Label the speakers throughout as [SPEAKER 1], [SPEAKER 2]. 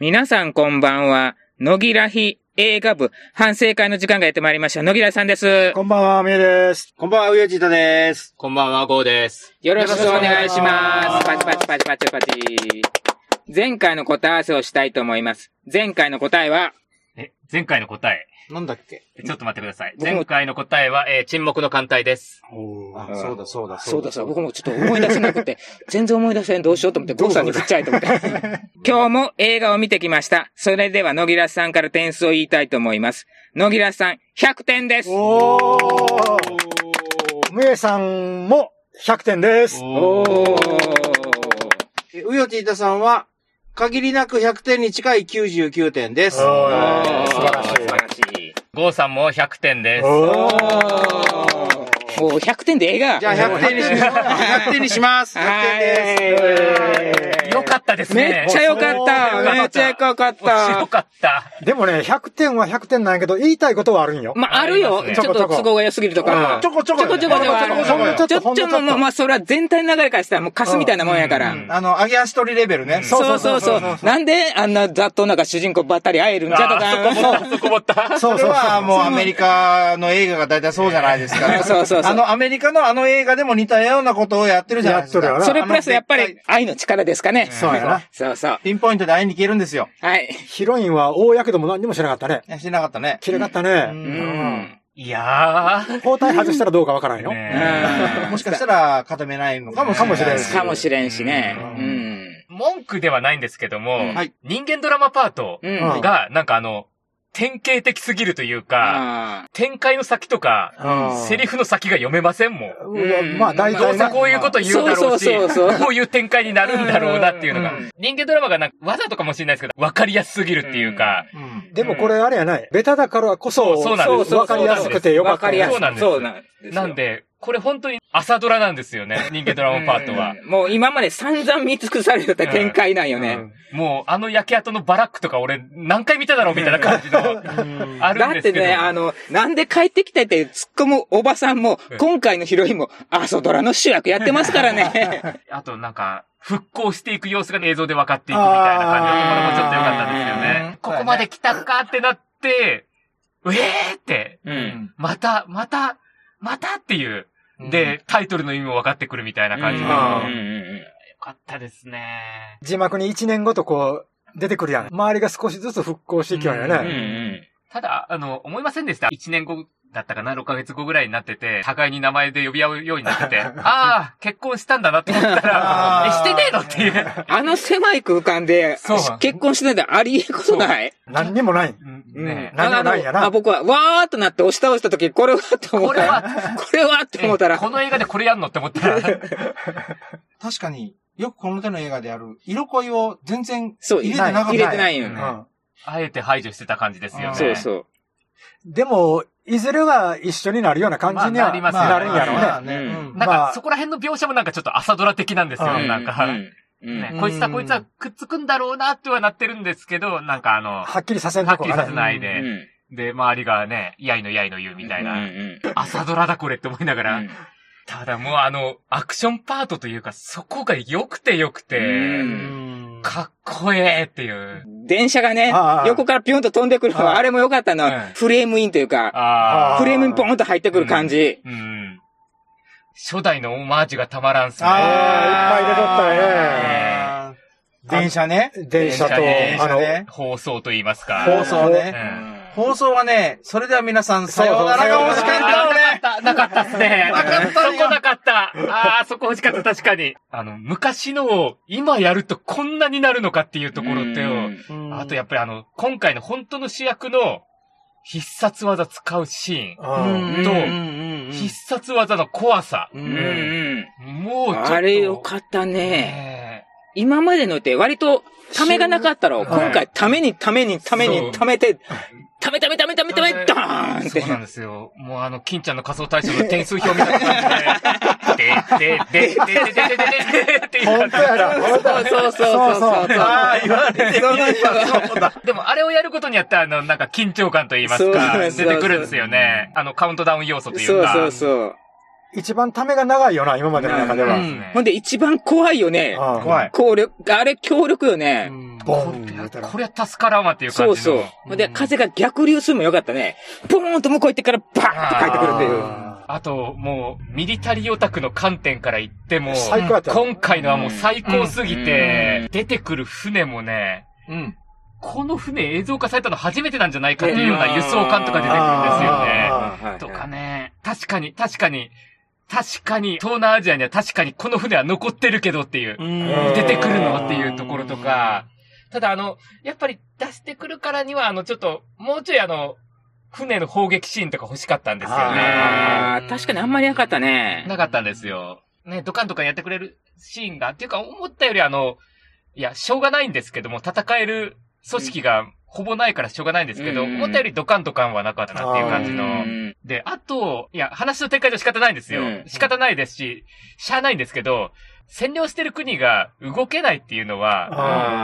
[SPEAKER 1] 皆さんこんばんは。野木らひ映画部反省会の時間がやってまいりました。野木らさんです。
[SPEAKER 2] こんばんは、みえです。こんばんは、うよじーたです。
[SPEAKER 3] こんばんは、ゴーです。
[SPEAKER 1] よろしくお願いします。
[SPEAKER 2] よろ
[SPEAKER 1] パ
[SPEAKER 2] し
[SPEAKER 1] チ
[SPEAKER 2] く
[SPEAKER 1] パ
[SPEAKER 2] お願いしま
[SPEAKER 1] チパチパ
[SPEAKER 2] す
[SPEAKER 1] チパチ。前回の答え合わせをしたいと思います。前回の答えは、
[SPEAKER 4] え、前回の答え。
[SPEAKER 3] なんだっけ
[SPEAKER 4] えちょっと待ってください。
[SPEAKER 1] 僕も
[SPEAKER 4] 前回の答えは、えー沈黙の艦隊です。
[SPEAKER 3] あ
[SPEAKER 1] うん、
[SPEAKER 3] そうだ、そうだ、
[SPEAKER 1] そうだそうだ、僕もちょっと思い出せなく て、全然思い出せん、どうしようと思って、ゴーさんに振っちゃえと思って。 今日も映画を見てきました。それでは、野木らさんから点数を言いたいと思います。野木らさん、100点です。
[SPEAKER 2] お
[SPEAKER 3] お
[SPEAKER 2] ー。みえさんも100点です。
[SPEAKER 1] おー。
[SPEAKER 3] えうよちいたさんは、限りなく100点に近い99点です。
[SPEAKER 2] おー
[SPEAKER 1] おー
[SPEAKER 2] 素晴らしい
[SPEAKER 1] 素晴らしい。
[SPEAKER 4] ゴーさんも100点です。
[SPEAKER 1] お
[SPEAKER 2] お
[SPEAKER 1] ー。もう100点で映画。
[SPEAKER 3] じゃあ100点にし、100点にします。100点です。
[SPEAKER 4] えーよかったです
[SPEAKER 1] め
[SPEAKER 4] ね。
[SPEAKER 1] っちゃ良かった。めっちゃ良かっ
[SPEAKER 4] よ
[SPEAKER 1] た。
[SPEAKER 4] かった。
[SPEAKER 2] でもね、100点は100点なんやけど、言いたいことはあるんよ。
[SPEAKER 1] まあ、あるよ
[SPEAKER 4] あ。り
[SPEAKER 1] ち
[SPEAKER 4] ま
[SPEAKER 2] ね
[SPEAKER 4] す
[SPEAKER 1] ょっと都合が良すぎるとか。
[SPEAKER 2] ちょこちょこ
[SPEAKER 1] ちょこちょこちょこある。
[SPEAKER 2] ほんのちょっ
[SPEAKER 1] ちょ
[SPEAKER 2] と、ほ
[SPEAKER 1] っ
[SPEAKER 2] んの
[SPEAKER 1] と
[SPEAKER 2] ちょ
[SPEAKER 1] もう、
[SPEAKER 2] っと。
[SPEAKER 1] まあ、それは全体の流れからしたらもうカスみたいなもんやから。
[SPEAKER 4] うん
[SPEAKER 5] あの、揚げ足取りレベルね。
[SPEAKER 2] そう
[SPEAKER 1] そうそうそう。なんであんな雑踏なんか主人公ばったり会えるんじゃと
[SPEAKER 4] あーそこ持った、
[SPEAKER 1] か。
[SPEAKER 4] そこ
[SPEAKER 2] そ
[SPEAKER 4] 持った。
[SPEAKER 2] うそう
[SPEAKER 5] それ
[SPEAKER 2] そう。
[SPEAKER 5] はもうアメリカの映画が大体そうじゃないですか。
[SPEAKER 1] そうそうそう
[SPEAKER 5] あのアメリカのあの映画でも似たようなことをやってるじゃないですか。
[SPEAKER 2] やっとるよな
[SPEAKER 1] それプラスやっぱ
[SPEAKER 5] あの
[SPEAKER 1] り。愛の力ですかね。
[SPEAKER 2] そうやな。
[SPEAKER 1] そうそう。
[SPEAKER 5] ピンポイントで会いに行けるんですよ。
[SPEAKER 1] はい。
[SPEAKER 2] ヒロインは大やけども何にもしなかったね。
[SPEAKER 5] いやしてなかったね。
[SPEAKER 2] 綺麗かった
[SPEAKER 1] う
[SPEAKER 2] ね。
[SPEAKER 1] ん。
[SPEAKER 4] いやー。
[SPEAKER 2] 包帯外したらどうかわからんよ。
[SPEAKER 4] ね
[SPEAKER 5] もしかしたら固めないのかもしれな
[SPEAKER 2] かも
[SPEAKER 5] い。
[SPEAKER 2] しれんし
[SPEAKER 1] かもしれんしね。うん。
[SPEAKER 4] 文句ではないんですけども、
[SPEAKER 1] うん
[SPEAKER 5] はい
[SPEAKER 4] 人間ドラマパート
[SPEAKER 1] うん。
[SPEAKER 2] うん
[SPEAKER 4] が、なんかあの、典型的すぎるというか、
[SPEAKER 1] あ
[SPEAKER 4] 展開の先とか、
[SPEAKER 2] うん
[SPEAKER 4] セリフの先が読めませんもん。
[SPEAKER 2] うんまあ、大
[SPEAKER 4] どう
[SPEAKER 2] 体
[SPEAKER 4] せ
[SPEAKER 2] な。
[SPEAKER 4] こういうこと言うだろうし、
[SPEAKER 1] そうそうそうそう
[SPEAKER 4] こういう展開になるんだろうなっていうのが
[SPEAKER 1] うん、
[SPEAKER 4] 人間ドラマがなんかわざとかもしれないですけど、わかりやすすぎるっていうか、
[SPEAKER 5] うん
[SPEAKER 2] でもこれあれやない。ベタだからこそ、
[SPEAKER 4] そうそう
[SPEAKER 1] あ。
[SPEAKER 4] なんです
[SPEAKER 2] わかりやすくてよか
[SPEAKER 1] わ
[SPEAKER 2] っ
[SPEAKER 1] か
[SPEAKER 2] た
[SPEAKER 1] り
[SPEAKER 2] ね。
[SPEAKER 1] やすく
[SPEAKER 4] そうなんです
[SPEAKER 1] そうなんですよ。
[SPEAKER 4] なんで、これ本当に朝ドラなんです よね、人間ドラマパートは。
[SPEAKER 1] うんもう今まで散々見尽くされてた展開なんよね。
[SPEAKER 4] もうあの焼け跡のバラックとか俺何回見ただろうみたいな感 じの、ある
[SPEAKER 1] だ
[SPEAKER 4] ん
[SPEAKER 1] っ
[SPEAKER 4] です
[SPEAKER 1] て
[SPEAKER 4] けど。
[SPEAKER 1] ね、あの、なんで帰ってきたって突っ込むおばさんも
[SPEAKER 4] うん、
[SPEAKER 1] 今回のヒロインも、朝ドラの主役やってますからね。
[SPEAKER 4] あとなんか、復興していく様子が映像で分かっていくみたいな感じのところもちょっと良かったですよ
[SPEAKER 5] あ
[SPEAKER 4] ね
[SPEAKER 5] ー。
[SPEAKER 4] ここまで来たかってなって、うえーって、
[SPEAKER 1] う。
[SPEAKER 5] うんん
[SPEAKER 4] また、また、またっていう。で、タイトルの意味も分かってくるみたい な感じの。
[SPEAKER 1] うん
[SPEAKER 4] よ
[SPEAKER 1] うんうんうん
[SPEAKER 4] かったですね。
[SPEAKER 2] 字幕に1年ごとこう、出てくるやん。周りが少しずつ復興していきようよ
[SPEAKER 1] うんう
[SPEAKER 2] ね。
[SPEAKER 1] ん
[SPEAKER 4] ただ、あの、思いませんでした。1年後だったかな、6ヶ月後ぐらいになってて、互いに名前で呼び合うようになって て、ああ、結婚したんだなって思ったら、
[SPEAKER 5] あー
[SPEAKER 4] え、してねえのっていう。
[SPEAKER 1] あの狭い空間で
[SPEAKER 4] そう、
[SPEAKER 1] 結婚してないでありえんことない
[SPEAKER 2] 何にもない。
[SPEAKER 1] うん
[SPEAKER 4] ね
[SPEAKER 2] なんかないやな
[SPEAKER 1] あのあ僕は、わーっとなって押し倒した時、これはと思
[SPEAKER 4] こ
[SPEAKER 1] っ
[SPEAKER 4] れ
[SPEAKER 1] たら、
[SPEAKER 4] は、
[SPEAKER 1] これは って思った
[SPEAKER 4] え
[SPEAKER 1] ら
[SPEAKER 4] こ、の映画でこれやんのって思ったら、
[SPEAKER 5] 確かに、よくこの手の映画でやる、色恋を全然
[SPEAKER 1] そう、
[SPEAKER 5] 入れ
[SPEAKER 1] 入
[SPEAKER 5] てなかったね。
[SPEAKER 1] れてないよ
[SPEAKER 2] う
[SPEAKER 1] ね。
[SPEAKER 2] ん。
[SPEAKER 4] あえて排除してた感じですよね。
[SPEAKER 1] そうそう。
[SPEAKER 2] でも、いずれは一緒になるような感じには
[SPEAKER 4] まあなりますよね
[SPEAKER 2] なるんやろうね。
[SPEAKER 5] まあね
[SPEAKER 1] うん
[SPEAKER 5] うん
[SPEAKER 4] なん
[SPEAKER 2] ま
[SPEAKER 4] か
[SPEAKER 2] あ、
[SPEAKER 4] そこら辺の描写もなんかちょっと朝ドラ的なんですよ、
[SPEAKER 2] う
[SPEAKER 4] なん
[SPEAKER 1] う
[SPEAKER 4] か。
[SPEAKER 1] んうん
[SPEAKER 4] ね
[SPEAKER 2] うん
[SPEAKER 4] こいつはこいつはくっつくんだろうなってはなってるんですけど、なんかあの、は
[SPEAKER 2] はっきりさせんと
[SPEAKER 4] っ
[SPEAKER 2] こ
[SPEAKER 4] きりさ
[SPEAKER 2] が
[SPEAKER 4] せ
[SPEAKER 2] ね。
[SPEAKER 4] ないうで、
[SPEAKER 1] ん
[SPEAKER 4] で、周りがね、やいのやいの言うみたい
[SPEAKER 1] うん
[SPEAKER 4] な、
[SPEAKER 1] うん
[SPEAKER 4] 朝ドラだこれって思いながら、
[SPEAKER 1] うん
[SPEAKER 4] ただもうあの、アクションパートというか、そこが良くて良く
[SPEAKER 1] う
[SPEAKER 4] て、
[SPEAKER 5] うん
[SPEAKER 4] かっこええっていう。
[SPEAKER 1] 電車がね
[SPEAKER 2] ああ、
[SPEAKER 1] 横からピュンと飛んでくるの
[SPEAKER 2] あ
[SPEAKER 1] は、
[SPEAKER 2] あ
[SPEAKER 1] あれも良かったの
[SPEAKER 4] うん。
[SPEAKER 1] フレームインというか、
[SPEAKER 4] あ
[SPEAKER 2] あ
[SPEAKER 1] フレームにポンと入ってくる感じ。
[SPEAKER 4] ーうん。初代のオマージュがたまらんっすね。
[SPEAKER 2] あーいっぱい出とった
[SPEAKER 4] ね
[SPEAKER 5] ね。電車ね。
[SPEAKER 2] 電車と、
[SPEAKER 4] 電
[SPEAKER 2] あ
[SPEAKER 5] 車
[SPEAKER 2] の、
[SPEAKER 5] ね
[SPEAKER 4] 放送と言いますか。
[SPEAKER 5] 放送
[SPEAKER 4] う
[SPEAKER 5] ね。
[SPEAKER 4] ん。
[SPEAKER 5] 放送はね、それでは皆さん、さようならが
[SPEAKER 2] そう
[SPEAKER 5] 欲
[SPEAKER 2] そ
[SPEAKER 5] し
[SPEAKER 2] う
[SPEAKER 5] かったのね。
[SPEAKER 4] あなかった、なかったっすね。
[SPEAKER 5] なかった
[SPEAKER 4] そ
[SPEAKER 5] んや
[SPEAKER 4] こなかった。ああ、そこ欲しかった、確かに。あの、昔のを今やるとこんなになるのかっていうところって
[SPEAKER 1] うん
[SPEAKER 4] あとやっぱりあの、今回の本当の主役の必殺技使うシーン。
[SPEAKER 2] うん
[SPEAKER 1] うん
[SPEAKER 4] と
[SPEAKER 5] うん
[SPEAKER 4] 必殺技の怖さ。
[SPEAKER 1] うんうん
[SPEAKER 4] もうちょっと。
[SPEAKER 1] あれ良かったね。
[SPEAKER 4] ね
[SPEAKER 1] 今までのって割と、ためがなかったろ。
[SPEAKER 4] はい
[SPEAKER 1] 今回、ためにためにため
[SPEAKER 4] そ
[SPEAKER 1] に
[SPEAKER 4] う
[SPEAKER 1] ためて、ためためためためため、
[SPEAKER 4] はい
[SPEAKER 1] ドーンっ
[SPEAKER 4] そうなん
[SPEAKER 1] て。
[SPEAKER 4] ですよ。もうあの、金ちゃんの仮想対象の点数表みたいな感じで、で、で、で、で、で、で、で、っていう感
[SPEAKER 2] 本
[SPEAKER 4] じ
[SPEAKER 2] 当やな。本当
[SPEAKER 1] そうそうそうそうそう。
[SPEAKER 5] ああ、言われてみればそうだ。
[SPEAKER 4] でも、あれをやることによって、あの、なんか緊張感と言いま
[SPEAKER 1] そ
[SPEAKER 4] す
[SPEAKER 1] うな
[SPEAKER 4] か、
[SPEAKER 1] んで
[SPEAKER 4] 出
[SPEAKER 1] す
[SPEAKER 4] てくるんですよね。あの、カウントダウン要素とい
[SPEAKER 1] そうう
[SPEAKER 4] か。
[SPEAKER 1] そうそう。
[SPEAKER 2] 一番ためが長いよな、今までの中では。
[SPEAKER 5] うん
[SPEAKER 1] ほんで一番怖いよね。
[SPEAKER 2] うん
[SPEAKER 5] 怖い。
[SPEAKER 1] 効力、あれ強力よね。
[SPEAKER 2] ボ
[SPEAKER 4] こ
[SPEAKER 2] ンって
[SPEAKER 4] れ
[SPEAKER 2] 言
[SPEAKER 4] は
[SPEAKER 2] ったら。
[SPEAKER 4] これは助からんわっていう感
[SPEAKER 1] そう
[SPEAKER 4] じの。
[SPEAKER 1] そう。ほんで風が逆流するもよかったね。ポーンと向こう行ってからバーンって帰ってくるっていう。
[SPEAKER 2] あ
[SPEAKER 4] あと、もう、ミリタリーオタクの観点から言っても
[SPEAKER 2] ー、最高やったよ。
[SPEAKER 4] 今回のはもう最高すぎ
[SPEAKER 1] う
[SPEAKER 4] て、出てくる船もね、
[SPEAKER 5] うん。
[SPEAKER 4] この船映像化されたの初めてなんじゃないかっていうような輸送艦とか出てくるんですよ
[SPEAKER 2] あ
[SPEAKER 4] ね。
[SPEAKER 1] はいはい
[SPEAKER 4] とかね、確かに、確かに、確かに、東南アジアには確かにこの船は残ってるけどっていう、
[SPEAKER 2] うん
[SPEAKER 4] 出てくるのっていうところとか、ただあの、やっぱり出してくるからには、あの、ちょっと、もうちょいあの、船の砲撃シーンとか欲しかったんですよね。
[SPEAKER 1] あー確かにあんまりなかったね。
[SPEAKER 4] なかったんですよ。ね、ドカンとかやってくれるシーンが、っていうか思ったよりあの、いや、しょうがないんですけども、戦える組織がほぼないからしょうがないんですけど、
[SPEAKER 1] うん
[SPEAKER 4] 思ったよりドカンドカンはなかったなっていう感じの
[SPEAKER 1] う。ん
[SPEAKER 4] で、あと、いや、話の展開上仕方ないんですよ。
[SPEAKER 1] うん
[SPEAKER 4] 仕方ないですし、しゃあないんですけど、占領してる国が動けないっていうのは、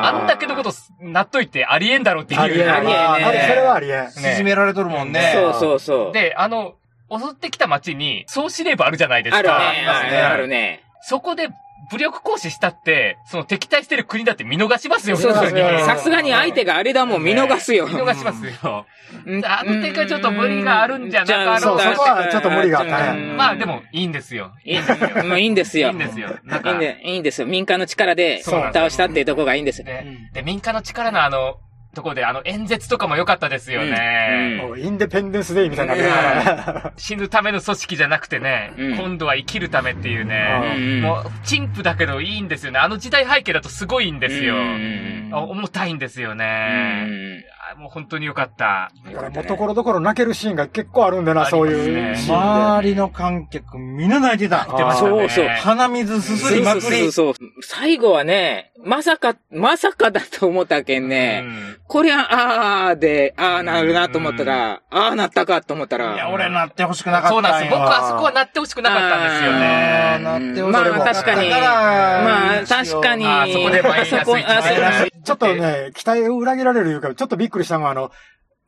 [SPEAKER 2] あ
[SPEAKER 4] あんだけのことなっといてありえんだろうっていう。
[SPEAKER 2] ありえん。
[SPEAKER 1] ありえんね
[SPEAKER 2] あれ、それはありえん。
[SPEAKER 4] ね
[SPEAKER 5] 縮められとるもんね。
[SPEAKER 1] そうそうそう。
[SPEAKER 4] で、あの、襲ってきた町に、総司令部あるじゃないですか。
[SPEAKER 1] あるね。
[SPEAKER 5] ありますね
[SPEAKER 1] あるね。
[SPEAKER 4] そこで、武力行使したって、その敵対してる国だって見逃しますよ、
[SPEAKER 1] そうそう
[SPEAKER 4] 普通に
[SPEAKER 2] うん
[SPEAKER 1] さすがに相手があれだもん見逃すよ。
[SPEAKER 4] 見逃しますよ。
[SPEAKER 1] うん
[SPEAKER 4] あの展開ちょっと無理があるんじゃなかろうか
[SPEAKER 2] そうそこはちょっと無理があったね
[SPEAKER 4] まあでも、、いいんですよ。
[SPEAKER 1] いいもういいんです
[SPEAKER 4] い
[SPEAKER 1] よ。
[SPEAKER 4] いんですよ。なん
[SPEAKER 1] いい
[SPEAKER 4] か
[SPEAKER 1] ん、でいいんですよ。民間の力で
[SPEAKER 4] そうなんですよ
[SPEAKER 1] 倒したっていうとこがいいんです。
[SPEAKER 4] ねで、民間の力のあの、とこで、あの、演説とかも良かったですよね。
[SPEAKER 1] うん
[SPEAKER 2] もうインデペンデンスデイみたいになってるからね。
[SPEAKER 4] 死ぬための組織じゃなくてね、
[SPEAKER 1] うん
[SPEAKER 4] 今度は生きるためってい
[SPEAKER 1] う
[SPEAKER 4] うね、
[SPEAKER 1] ん
[SPEAKER 4] もう、陳腐だけどいいんですよね。あの時代背景だとすごいんですよ。
[SPEAKER 1] うん
[SPEAKER 4] あ重たいんですよ
[SPEAKER 1] う
[SPEAKER 4] ね。
[SPEAKER 1] ん
[SPEAKER 4] あもう本当に良かった。
[SPEAKER 2] だからもうと ころどころ泣けるシーンが結構あるんだな、そう
[SPEAKER 4] ありま
[SPEAKER 2] いう
[SPEAKER 4] す
[SPEAKER 2] シ
[SPEAKER 4] ね
[SPEAKER 2] ーン
[SPEAKER 5] 周りの観客みんな泣いてた。
[SPEAKER 2] あー
[SPEAKER 1] そうそう
[SPEAKER 5] 鼻水すすりまく
[SPEAKER 1] そう
[SPEAKER 5] り。
[SPEAKER 1] そうそうそう。最後はね、まさか、まさかだと思ったけんね。こりゃ、あーで、あーなるなと思ったら、あーなったかと思ったら。
[SPEAKER 5] いや、俺なってほしくなかった
[SPEAKER 4] そうなんですよ。
[SPEAKER 5] よ
[SPEAKER 4] 僕はあそこはなってほしくなかったんですよ
[SPEAKER 5] あ
[SPEAKER 4] ね
[SPEAKER 5] ー。なってほし
[SPEAKER 1] ま
[SPEAKER 5] くな
[SPEAKER 1] あ
[SPEAKER 5] かった
[SPEAKER 1] 確かに。
[SPEAKER 5] から
[SPEAKER 1] まあ確かに。
[SPEAKER 4] あーそこでマイナス
[SPEAKER 1] あそこ
[SPEAKER 4] 一
[SPEAKER 1] あそこ
[SPEAKER 4] マイナス
[SPEAKER 2] ちょっとね、期待を裏切られるいうか、ちょっとびっくりしたのは、あの、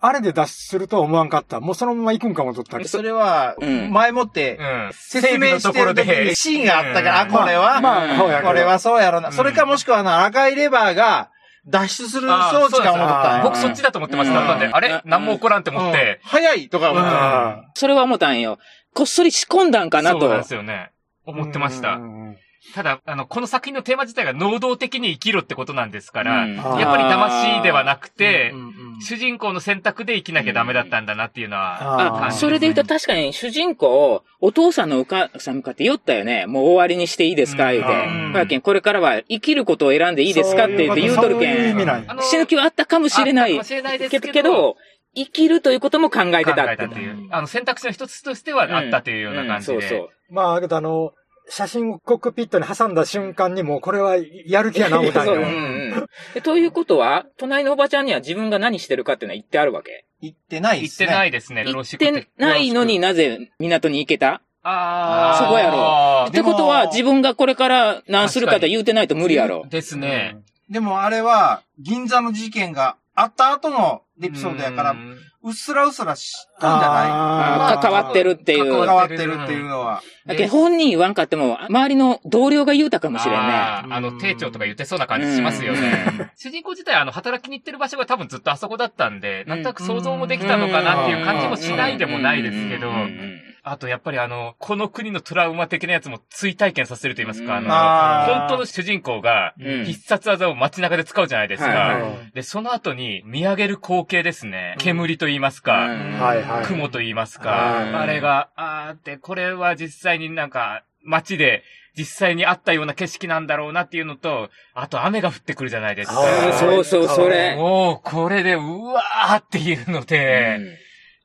[SPEAKER 2] あれで脱出するとは思わんかった。もうそのまま行くんかもとったけど
[SPEAKER 5] それは
[SPEAKER 1] うん、
[SPEAKER 5] 前もって
[SPEAKER 4] う、ん。
[SPEAKER 5] 説明してる時にシーンがあったから、あ、これは、
[SPEAKER 2] まあ
[SPEAKER 1] うん
[SPEAKER 2] まあ、そうやけど
[SPEAKER 5] これはそうやろ
[SPEAKER 4] う
[SPEAKER 5] な。
[SPEAKER 4] ん
[SPEAKER 5] それかもしくはあの赤いレバーが脱出する装置か思っとったん
[SPEAKER 2] あ
[SPEAKER 5] や。
[SPEAKER 2] そう
[SPEAKER 4] 僕
[SPEAKER 2] です
[SPEAKER 4] そっちだと思ってました。
[SPEAKER 1] うん
[SPEAKER 4] なんで、あれ何も起こらんって思って
[SPEAKER 5] う。ん早いとか思ったんや。
[SPEAKER 2] あ
[SPEAKER 1] それは思ったんよ。こっそり仕込んだんかなと。
[SPEAKER 4] そうなんですよね。思ってまし
[SPEAKER 2] う
[SPEAKER 4] た。
[SPEAKER 2] んうんうん
[SPEAKER 4] ただ、あの、この作品のテーマ自体が能動的に生きろってことなんですから、
[SPEAKER 1] うん
[SPEAKER 4] やっぱり魂ではなくて
[SPEAKER 5] うん、うんうん
[SPEAKER 4] 主人公の選択で生きなきゃダメだったんだなっていうのは、
[SPEAKER 2] あ
[SPEAKER 1] あ
[SPEAKER 2] ー、
[SPEAKER 1] それで言うと確かに主人公、お父さんのお母さんかって酔ったよね。もう終わりにしていいですか言うて。
[SPEAKER 4] うん
[SPEAKER 1] こやけん、これからは生きることを選んでいいですかって言って言うとるけ
[SPEAKER 2] そういう意
[SPEAKER 1] ん。
[SPEAKER 2] 味なんや
[SPEAKER 4] あの
[SPEAKER 1] 死ぬ気はあったかもしれな
[SPEAKER 4] あっ
[SPEAKER 1] い
[SPEAKER 4] たかも。しれないです
[SPEAKER 1] け
[SPEAKER 4] け
[SPEAKER 1] ど
[SPEAKER 4] ど、
[SPEAKER 1] 生きるということも考えて
[SPEAKER 4] 考
[SPEAKER 1] たっ
[SPEAKER 4] えた
[SPEAKER 1] て
[SPEAKER 4] っ。ていう。あの、選択肢の一つとしてはあったというような感じで。
[SPEAKER 1] うんそうそう。
[SPEAKER 2] まあ、けどあの、写真をコックピットに挟んだ瞬間にもうこれはやる気やな、思った ん
[SPEAKER 1] そう、うん
[SPEAKER 2] よ。
[SPEAKER 1] うんで。ということは、隣のおばちゃんには自分が何してるかっていうのは言ってあるわけ。
[SPEAKER 5] 行ってないっ
[SPEAKER 4] 行っ
[SPEAKER 5] すね。
[SPEAKER 4] てないですね、
[SPEAKER 1] 言
[SPEAKER 4] ロ
[SPEAKER 1] っ
[SPEAKER 4] シコテ
[SPEAKER 1] てないのになぜ港に行けた
[SPEAKER 4] あ
[SPEAKER 1] そこやろ
[SPEAKER 5] ー
[SPEAKER 1] ってことは、自分がこれから何するかって言うてないと無理やろ。
[SPEAKER 4] ですね。
[SPEAKER 5] でもあれは、銀座の事件があった後のエピソードやから、
[SPEAKER 4] ん
[SPEAKER 5] うっすらうっすら知ったんじゃ
[SPEAKER 1] あー関わってるってい
[SPEAKER 5] な
[SPEAKER 1] う
[SPEAKER 5] い。関。わってるっていうのは。
[SPEAKER 1] だけど本人言わんかっても、周りの同僚が言うたかもしれんね。
[SPEAKER 4] あーあの、丁長とか言ってそうな感じしますよね。主人公自体、あの、働きに行ってる場所が多分ずっとあそこだったんで、なんとなく想像もできたのかなっていう感じもしないでもないですけど
[SPEAKER 1] うん、うんうん
[SPEAKER 4] あとやっぱりあの、この国のトラウマ的なやつも追体験させると言いますか、
[SPEAKER 1] うん
[SPEAKER 4] あの、
[SPEAKER 5] あー
[SPEAKER 4] 本当の主人公が
[SPEAKER 1] うん
[SPEAKER 4] 必殺技を街中で使うじゃないですか。
[SPEAKER 1] はい
[SPEAKER 2] は
[SPEAKER 4] で、その後に見上げる光景ですね。煙と言いますか。
[SPEAKER 1] うん
[SPEAKER 2] はいはい。
[SPEAKER 4] 雲と言います
[SPEAKER 2] はい
[SPEAKER 4] か、あれが、あーって、これは実際になんか、街で、実際にあったような景色なんだろうなっていうのと、あと雨が降ってくるじゃないですか。
[SPEAKER 2] あー
[SPEAKER 1] そうそう、それ。
[SPEAKER 4] もう、これで、うわーっていうので、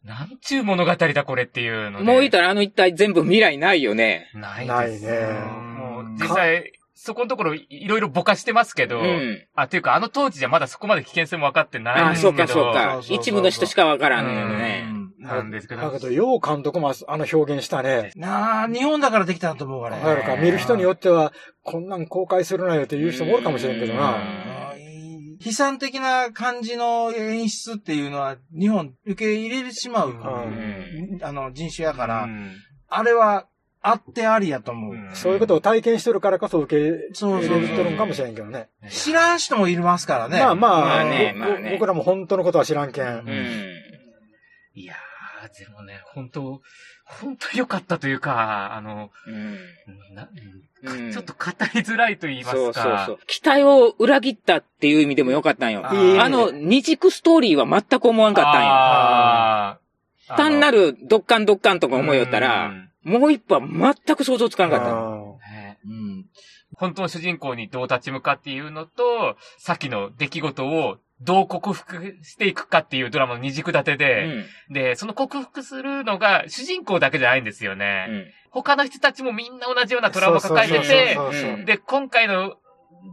[SPEAKER 4] なんちゅう物語だこれっていうの
[SPEAKER 1] う
[SPEAKER 4] で。
[SPEAKER 1] んもう言ったらあの一体全部未来ないよね。
[SPEAKER 4] ないです
[SPEAKER 2] ないね
[SPEAKER 4] もう、実際、そこのところいいろいろぼかしてますけ
[SPEAKER 1] う
[SPEAKER 4] ど、
[SPEAKER 1] ん。
[SPEAKER 4] あ、というかあの当時じゃまだそこまで危険性も分かってないん
[SPEAKER 1] あ
[SPEAKER 4] で
[SPEAKER 1] あ、
[SPEAKER 4] す
[SPEAKER 1] そ
[SPEAKER 4] け
[SPEAKER 1] う
[SPEAKER 4] ど。
[SPEAKER 1] かそうか
[SPEAKER 5] そうそう。そう
[SPEAKER 1] 一部の人しかわからんのよ
[SPEAKER 5] う
[SPEAKER 1] ね。
[SPEAKER 5] ん
[SPEAKER 4] なんですけど
[SPEAKER 2] だけど、よう監督もあの表現したね。
[SPEAKER 5] なあ、日本だからできたんと思うわね。
[SPEAKER 2] わかるか。見る人によっては、こんなん公開するなよって言う人もおるかもしれんけどな。
[SPEAKER 5] あー悲惨的な感じの演出っていうのは日本受け入れてしまう、
[SPEAKER 4] うん
[SPEAKER 5] あの人種やから、
[SPEAKER 4] うん
[SPEAKER 5] あれはあってありやと思う。
[SPEAKER 4] ん
[SPEAKER 2] そういうことを体験してるからこそ受け
[SPEAKER 5] そう
[SPEAKER 2] 入
[SPEAKER 5] そ
[SPEAKER 2] れ
[SPEAKER 5] う
[SPEAKER 2] る
[SPEAKER 5] そ
[SPEAKER 2] とる
[SPEAKER 5] う。
[SPEAKER 2] んかもしれんけどね。
[SPEAKER 5] 知らん人もいますからね。
[SPEAKER 2] まあまあ、
[SPEAKER 4] まあね
[SPEAKER 2] ぼ
[SPEAKER 4] まあね
[SPEAKER 2] 僕らも本当のことは知らんけん。
[SPEAKER 1] うん。
[SPEAKER 4] いやー、でもね、本当本当良かったというか、あの、な
[SPEAKER 1] うん。
[SPEAKER 4] ちょっと語りづらいと言いま
[SPEAKER 1] そ
[SPEAKER 4] す
[SPEAKER 1] うそ
[SPEAKER 4] か。
[SPEAKER 1] うそう。期待を裏切ったっていう意味でもよかったんよ。
[SPEAKER 5] あ
[SPEAKER 2] いい
[SPEAKER 5] ー
[SPEAKER 1] あの、二軸ストーリーは全く思わんかったんよ。
[SPEAKER 4] あー
[SPEAKER 1] 単なるドッカンドッカンとか思いよった、
[SPEAKER 4] う
[SPEAKER 1] ら、
[SPEAKER 4] ん
[SPEAKER 1] もう一歩は全く想像つかなかったの。
[SPEAKER 2] うん
[SPEAKER 4] ね
[SPEAKER 5] うん。
[SPEAKER 4] 本当の主人公にどう立ち向かっていうのと、さっきの出来事をどう克服していくかっていうドラマの二軸立て
[SPEAKER 1] う
[SPEAKER 4] で、
[SPEAKER 1] ん。
[SPEAKER 4] で、その克服するのが主人公だけじゃないんですよね。
[SPEAKER 1] うん。
[SPEAKER 4] 他の人たちもみんな同じようなトラウマ抱えてて
[SPEAKER 2] そ、うそうそうそう
[SPEAKER 1] うん
[SPEAKER 4] で、今回の、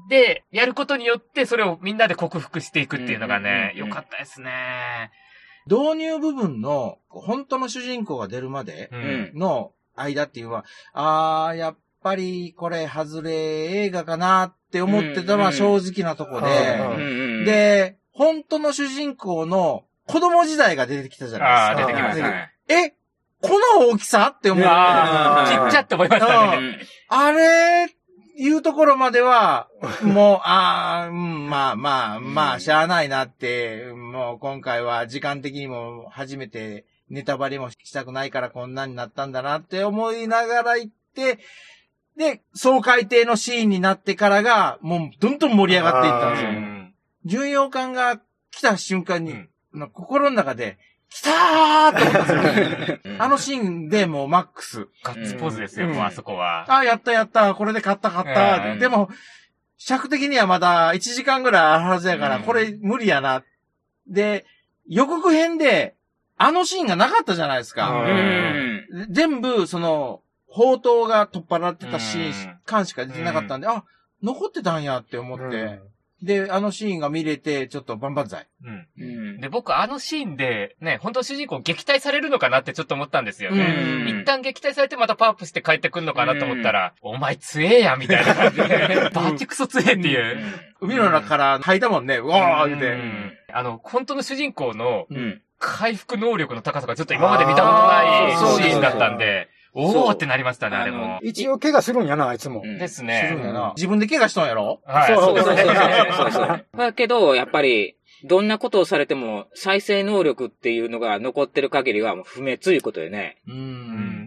[SPEAKER 4] で、やることによって、それをみんなで克服していくっていうのがね、
[SPEAKER 1] うんうんうんう
[SPEAKER 4] 良
[SPEAKER 1] ん
[SPEAKER 4] かったですね。
[SPEAKER 5] 導入部分の、本当の主人公が出るまで
[SPEAKER 4] う。
[SPEAKER 1] うんん。
[SPEAKER 5] の間っていうのは、ああ、やっぱりこれ外れ映画かなって思ってたのは正直なとこ
[SPEAKER 2] うん
[SPEAKER 5] で、
[SPEAKER 1] うん。、
[SPEAKER 5] で、本当の主人公の子供時代が出てきたじゃ
[SPEAKER 4] あ
[SPEAKER 5] な
[SPEAKER 4] あ、出
[SPEAKER 5] いです
[SPEAKER 4] て
[SPEAKER 5] か。
[SPEAKER 4] きましたね。
[SPEAKER 5] えこの大きさって思う。
[SPEAKER 4] あ
[SPEAKER 2] うん
[SPEAKER 4] あ、ちっちゃって思いましたね。
[SPEAKER 5] あれ、いうところまで は、もう、ああ、うん、まあまあ、ま
[SPEAKER 1] う
[SPEAKER 5] あ、
[SPEAKER 1] ん
[SPEAKER 5] しゃあないなって、もう今回は時間的にも初めてネタバレもしたくないからこんなになったんだなって思いながら行って、で、総海底のシーンになってからが、もうどんどん盛り上がっていった
[SPEAKER 4] う
[SPEAKER 5] んですよ。
[SPEAKER 4] ん
[SPEAKER 5] 巡洋艦が来た瞬間に、
[SPEAKER 4] うん
[SPEAKER 5] の心の中で、来たーって思ったんですよ。あのシーンでもうマックス。
[SPEAKER 4] ガッツポーズですよ、
[SPEAKER 5] うん
[SPEAKER 4] もうあそこは。
[SPEAKER 5] あ、やったやった、これで買った買った。
[SPEAKER 4] うん
[SPEAKER 5] でも、尺的にはまだ1時間ぐらいあるはずやから、
[SPEAKER 4] うん
[SPEAKER 5] これ無理やな。で、予告編で、あのシーンがなかったじゃないです
[SPEAKER 1] う
[SPEAKER 5] か。
[SPEAKER 1] ん。
[SPEAKER 5] 全部、その、砲塔が取っ払ってたシーン
[SPEAKER 4] うん
[SPEAKER 5] 間しか出てなかったんで、あ、残ってたんやって思って。で、あのシーンが見れて、ちょっと万々歳。
[SPEAKER 4] うん
[SPEAKER 1] うん。
[SPEAKER 4] で、僕、あのシーンで、ね、本当主人公撃退されるのかなってちょっと思ったんですよね。
[SPEAKER 5] うん
[SPEAKER 4] 一旦撃退されてまたパワーアップして帰ってくんのかなと思ったら、お前強えや、みたいな感じで、バチクソ強えっていう。
[SPEAKER 5] 海の中から吐いたもんね、うわー言う
[SPEAKER 4] う
[SPEAKER 5] て。
[SPEAKER 4] んあの、本当の主人公の
[SPEAKER 1] うん。
[SPEAKER 4] 回復能力の高さがちょっと今まで見たこと
[SPEAKER 5] あーそう
[SPEAKER 4] ないシーンだったんで、お
[SPEAKER 1] そ
[SPEAKER 4] お
[SPEAKER 1] う
[SPEAKER 4] ってなりましたね、あれ
[SPEAKER 1] あ
[SPEAKER 4] も
[SPEAKER 1] の。
[SPEAKER 2] 一応怪我するんやな、あいつも。
[SPEAKER 1] うん
[SPEAKER 4] です
[SPEAKER 5] するん
[SPEAKER 4] ね。
[SPEAKER 5] やな自分で怪我したんやろ
[SPEAKER 4] はい、
[SPEAKER 2] そ
[SPEAKER 4] そうう
[SPEAKER 1] そ
[SPEAKER 4] で
[SPEAKER 1] う
[SPEAKER 4] す
[SPEAKER 1] そう
[SPEAKER 4] ね
[SPEAKER 1] そう。そうそう。だけど、やっぱり、どんなことをされても、再生能力っていうのが残ってる限りは、もう不滅いうことよね。
[SPEAKER 5] う。
[SPEAKER 4] うん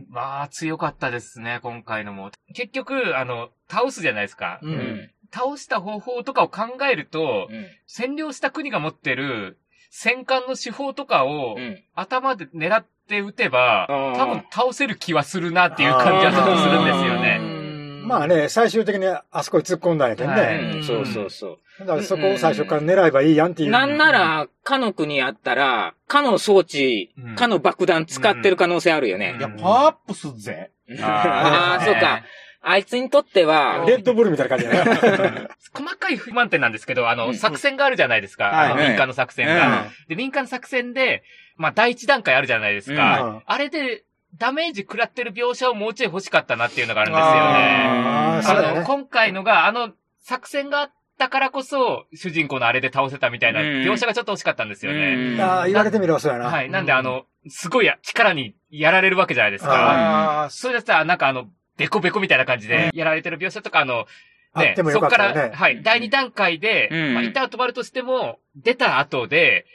[SPEAKER 4] ん、まあ、強かったですね、今回のも。結局、あの、倒すじゃないですか。
[SPEAKER 5] う。。
[SPEAKER 1] うん
[SPEAKER 4] 倒した方法とかを考えると、占領した国が持ってる戦艦の手法とかを
[SPEAKER 1] うん。
[SPEAKER 4] 頭で狙って撃てば、
[SPEAKER 1] うん
[SPEAKER 4] 多分倒せる気はするなっていう感じはちょっとするんですよね。
[SPEAKER 5] ね
[SPEAKER 2] まあね、最終的にあそこに突っ込んだんやけんね。
[SPEAKER 4] はい
[SPEAKER 1] うん。そうそうそう。
[SPEAKER 2] だからそこを最初から狙えばいいやんっていう。
[SPEAKER 1] なんなら、かの国あったら、かの装置
[SPEAKER 4] うん、
[SPEAKER 1] かの爆弾使ってる可能性あるよね
[SPEAKER 5] い。や、パワーアップすっぜ。
[SPEAKER 1] ああ、そうか。。あいつにとっては、
[SPEAKER 2] レッドブルみたいな感じやな。
[SPEAKER 4] 細かい不満点なんですけど、あの、
[SPEAKER 1] うん
[SPEAKER 4] 作戦があるじゃないですか。
[SPEAKER 5] はい
[SPEAKER 4] あの民間の作戦が、で、民間の作戦で、まあ、第一段階あるじゃないですか。
[SPEAKER 2] うん
[SPEAKER 4] あれで、ダメージ食らってる描写をもうちょい欲しかったなっていうのがあるんですよね。
[SPEAKER 2] あ
[SPEAKER 1] あ
[SPEAKER 2] あ、
[SPEAKER 1] ー
[SPEAKER 2] そう
[SPEAKER 4] あ
[SPEAKER 2] だ
[SPEAKER 4] の、
[SPEAKER 2] ね。
[SPEAKER 4] 今回のが、あの、作戦があったからこそ、主人公のあれで倒せたみたいな
[SPEAKER 1] うん
[SPEAKER 4] 描写がちょっと欲しかったんですよね。
[SPEAKER 1] うん
[SPEAKER 2] ああ、言われてみればそうやな。
[SPEAKER 4] はい。なんで、
[SPEAKER 5] うん
[SPEAKER 4] あの、すごい力にやられるわけじゃないですか。
[SPEAKER 5] ああ、
[SPEAKER 4] それだったら、なんかあの、ベコベコみたいな感じで、やられてる描写とか、あの、
[SPEAKER 2] あってもよ
[SPEAKER 4] そ
[SPEAKER 2] か
[SPEAKER 4] こ
[SPEAKER 2] っ
[SPEAKER 4] か
[SPEAKER 2] たよ
[SPEAKER 4] ら、
[SPEAKER 2] ね。
[SPEAKER 4] はい、第2段階で、
[SPEAKER 1] うん
[SPEAKER 4] まあ、一旦止まるとしても、出た後で、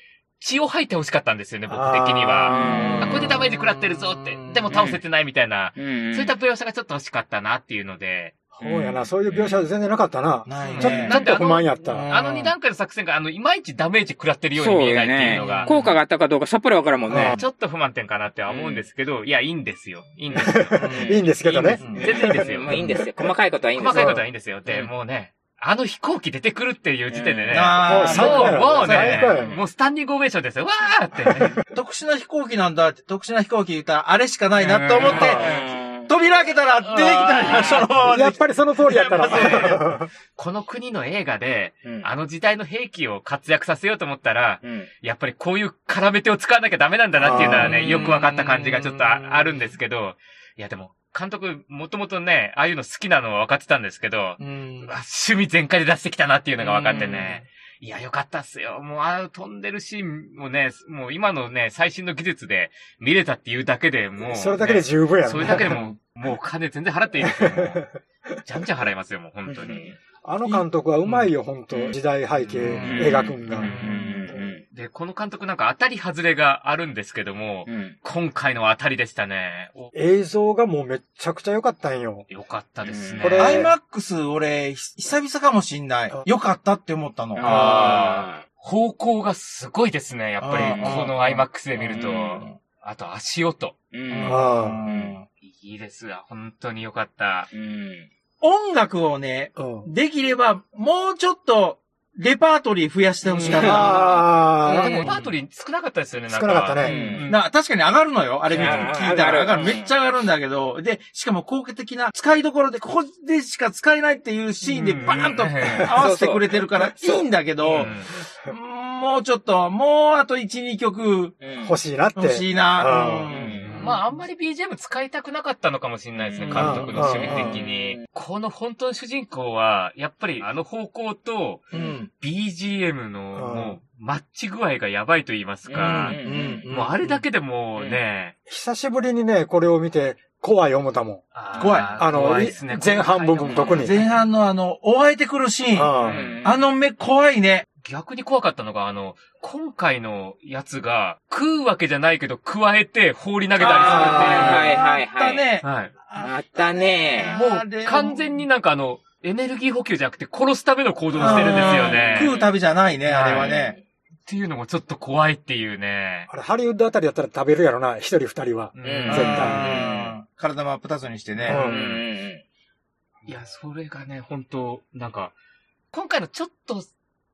[SPEAKER 4] 血を吐いてほしかったんですよね、僕
[SPEAKER 2] あー
[SPEAKER 4] 的には。
[SPEAKER 1] うん
[SPEAKER 4] あこれでダメージ食らってるぞって、でも倒せてないみたいな、
[SPEAKER 1] うん
[SPEAKER 4] そういった描写がちょっと欲しかったなっていうので、
[SPEAKER 2] そうやな。そういう描写全然なかったな。
[SPEAKER 5] ない
[SPEAKER 2] ちょ
[SPEAKER 5] ね
[SPEAKER 2] ちょっと不満やっ
[SPEAKER 5] う
[SPEAKER 2] た。
[SPEAKER 5] ん
[SPEAKER 4] あの2段階の作戦が、あの、いまいちダメージ食らってるように見えないっていうのが、
[SPEAKER 1] 効果があったかどうかさっぱりわからんもんね。
[SPEAKER 4] ちょっと不満点かなっては思うんですけど、いや、いいんですよ。いいんですよ。
[SPEAKER 2] いいんですけどね。
[SPEAKER 4] いいんです全然いいですよ。
[SPEAKER 1] もういいんですよ。細かいことはいいんです
[SPEAKER 4] 細
[SPEAKER 1] よ。
[SPEAKER 4] かいことはいいんですよ。で、
[SPEAKER 1] うん
[SPEAKER 4] もうね、あの飛行機出てくるっていう時点でね、
[SPEAKER 1] うん
[SPEAKER 5] あ
[SPEAKER 2] 最高や
[SPEAKER 5] あ、
[SPEAKER 2] ろ
[SPEAKER 4] もう
[SPEAKER 2] 最高やろ
[SPEAKER 4] ね、もうスタンディングオベーションですよ。わーってね。
[SPEAKER 5] 特殊な飛行機なんだって、特殊な飛行機言ったら、あれしかないなと思って、
[SPEAKER 1] う
[SPEAKER 5] 扉開けたら出てきたんや、そ
[SPEAKER 2] や
[SPEAKER 5] の
[SPEAKER 2] っ、ぱりその通りやったら。
[SPEAKER 4] この国の映画で、
[SPEAKER 1] ん
[SPEAKER 4] あの時代の兵器を活躍させようと思ったら、
[SPEAKER 1] うん。
[SPEAKER 4] やっぱりこういう絡め手を使わなきゃダメなんだなっていうのは
[SPEAKER 5] あ
[SPEAKER 4] ね、
[SPEAKER 5] ー
[SPEAKER 4] よく分かった感じがちょっとああるんですけど、いやでも、監督、もともとね、ああいうの好きなのは分かってたんですけど、
[SPEAKER 5] うん
[SPEAKER 4] うわ趣味全開で出してきたなっていうのが分かってね。いや、よかったっすよ。もう、あの飛んでるシーンもね、もう今のね、最新の技術で見れたっていうだけでもう、
[SPEAKER 2] それだけで
[SPEAKER 4] ね
[SPEAKER 2] 十分やろ、ね。
[SPEAKER 4] それだけでもう、もう金全然払っていいですよ。もうじゃんじゃん払いますよ、もう本当に。
[SPEAKER 2] あの監督はうまいよ、本
[SPEAKER 4] うん
[SPEAKER 2] 当時代背景
[SPEAKER 4] うん
[SPEAKER 2] 描くんが
[SPEAKER 4] う。んで、この監督なんか当たり外れがあるんですけども、
[SPEAKER 1] うん。
[SPEAKER 4] 今回の当たりでしたね。お
[SPEAKER 2] 映像がもうめちゃくちゃ良かったんよ。
[SPEAKER 4] よかったですね。
[SPEAKER 2] これ
[SPEAKER 5] アイマックス、俺、ひ久々かもしんない。よかったって思ったの。
[SPEAKER 4] あ方向がすごいですね、やっぱり
[SPEAKER 5] うん。
[SPEAKER 4] この IMAX で見ると
[SPEAKER 1] うん。
[SPEAKER 4] あと足音。
[SPEAKER 1] うん。
[SPEAKER 2] あ
[SPEAKER 4] いいですわ。本当によかった。
[SPEAKER 1] うん。
[SPEAKER 5] 音楽をね、
[SPEAKER 2] あ。うん。
[SPEAKER 5] できれば、もうちょっと、レパートリー増やしてほしかった。
[SPEAKER 2] あ
[SPEAKER 4] で
[SPEAKER 2] あ
[SPEAKER 4] も、レパートリー少なかったですよね、なん
[SPEAKER 2] 少なかった
[SPEAKER 1] う
[SPEAKER 2] ね。
[SPEAKER 1] ん。
[SPEAKER 5] な、確かに上がるのよ。あれ見
[SPEAKER 4] い
[SPEAKER 5] て
[SPEAKER 4] や
[SPEAKER 5] 聞い
[SPEAKER 1] 上が
[SPEAKER 5] た
[SPEAKER 1] る
[SPEAKER 5] ら上がる。めっちゃ上がるんだけど、で、しかも効果的な使いどころで、ここでしか使えないっていうシーンで
[SPEAKER 4] うん
[SPEAKER 5] バーンと合わせてくれてるからいいんだけど、
[SPEAKER 4] うん
[SPEAKER 5] うんもうちょっと、もうあと1、2曲
[SPEAKER 1] うん。
[SPEAKER 2] 欲しいなって。
[SPEAKER 5] 欲しいな。
[SPEAKER 2] う
[SPEAKER 5] うん
[SPEAKER 4] まあ、あんまり BGM 使いたくなかったのかもしれないですね、
[SPEAKER 1] うん
[SPEAKER 4] 監督の趣味的に。この本当の主人公は、やっぱりあの方向と
[SPEAKER 5] うん。
[SPEAKER 4] BGM のもうマッチ具合がやばいと言いますか、
[SPEAKER 1] うん。
[SPEAKER 4] もうあれだけでもうね、
[SPEAKER 2] 久しぶりにね、これを見て、怖い思ったもん。
[SPEAKER 4] あー
[SPEAKER 5] 怖い
[SPEAKER 2] あの
[SPEAKER 4] 怖いっすね
[SPEAKER 2] い前半部分特に
[SPEAKER 5] 前半のあの、お会えてくるシーン。
[SPEAKER 2] あ
[SPEAKER 1] うん
[SPEAKER 5] あの目怖いね。
[SPEAKER 4] 逆に怖かったのが、あの、今回のやつが、食うわけじゃないけど、加えて放り投げたり
[SPEAKER 1] あ
[SPEAKER 4] す
[SPEAKER 1] ーはいはいはい
[SPEAKER 5] あったね
[SPEAKER 4] るっていう。。はい。
[SPEAKER 1] またね。
[SPEAKER 5] あ
[SPEAKER 4] も
[SPEAKER 5] れ
[SPEAKER 4] う、完全になんかあの、エネルギー補給じゃなくて、殺すための行動をしてるんですよ
[SPEAKER 5] うん食
[SPEAKER 4] ね。
[SPEAKER 5] う旅じゃないね、あれは
[SPEAKER 4] は
[SPEAKER 5] ね。
[SPEAKER 4] っていうのもちょっと怖いっていうね。
[SPEAKER 2] あれ、ハリウッドあたりだったら食べるやろな、一人二人は。
[SPEAKER 4] うんん
[SPEAKER 1] 絶
[SPEAKER 2] 対
[SPEAKER 5] うん体真っ二つにしてね。
[SPEAKER 1] う
[SPEAKER 2] うん
[SPEAKER 1] ん。
[SPEAKER 4] いや、それがね、本当なんか、今回のちょっと、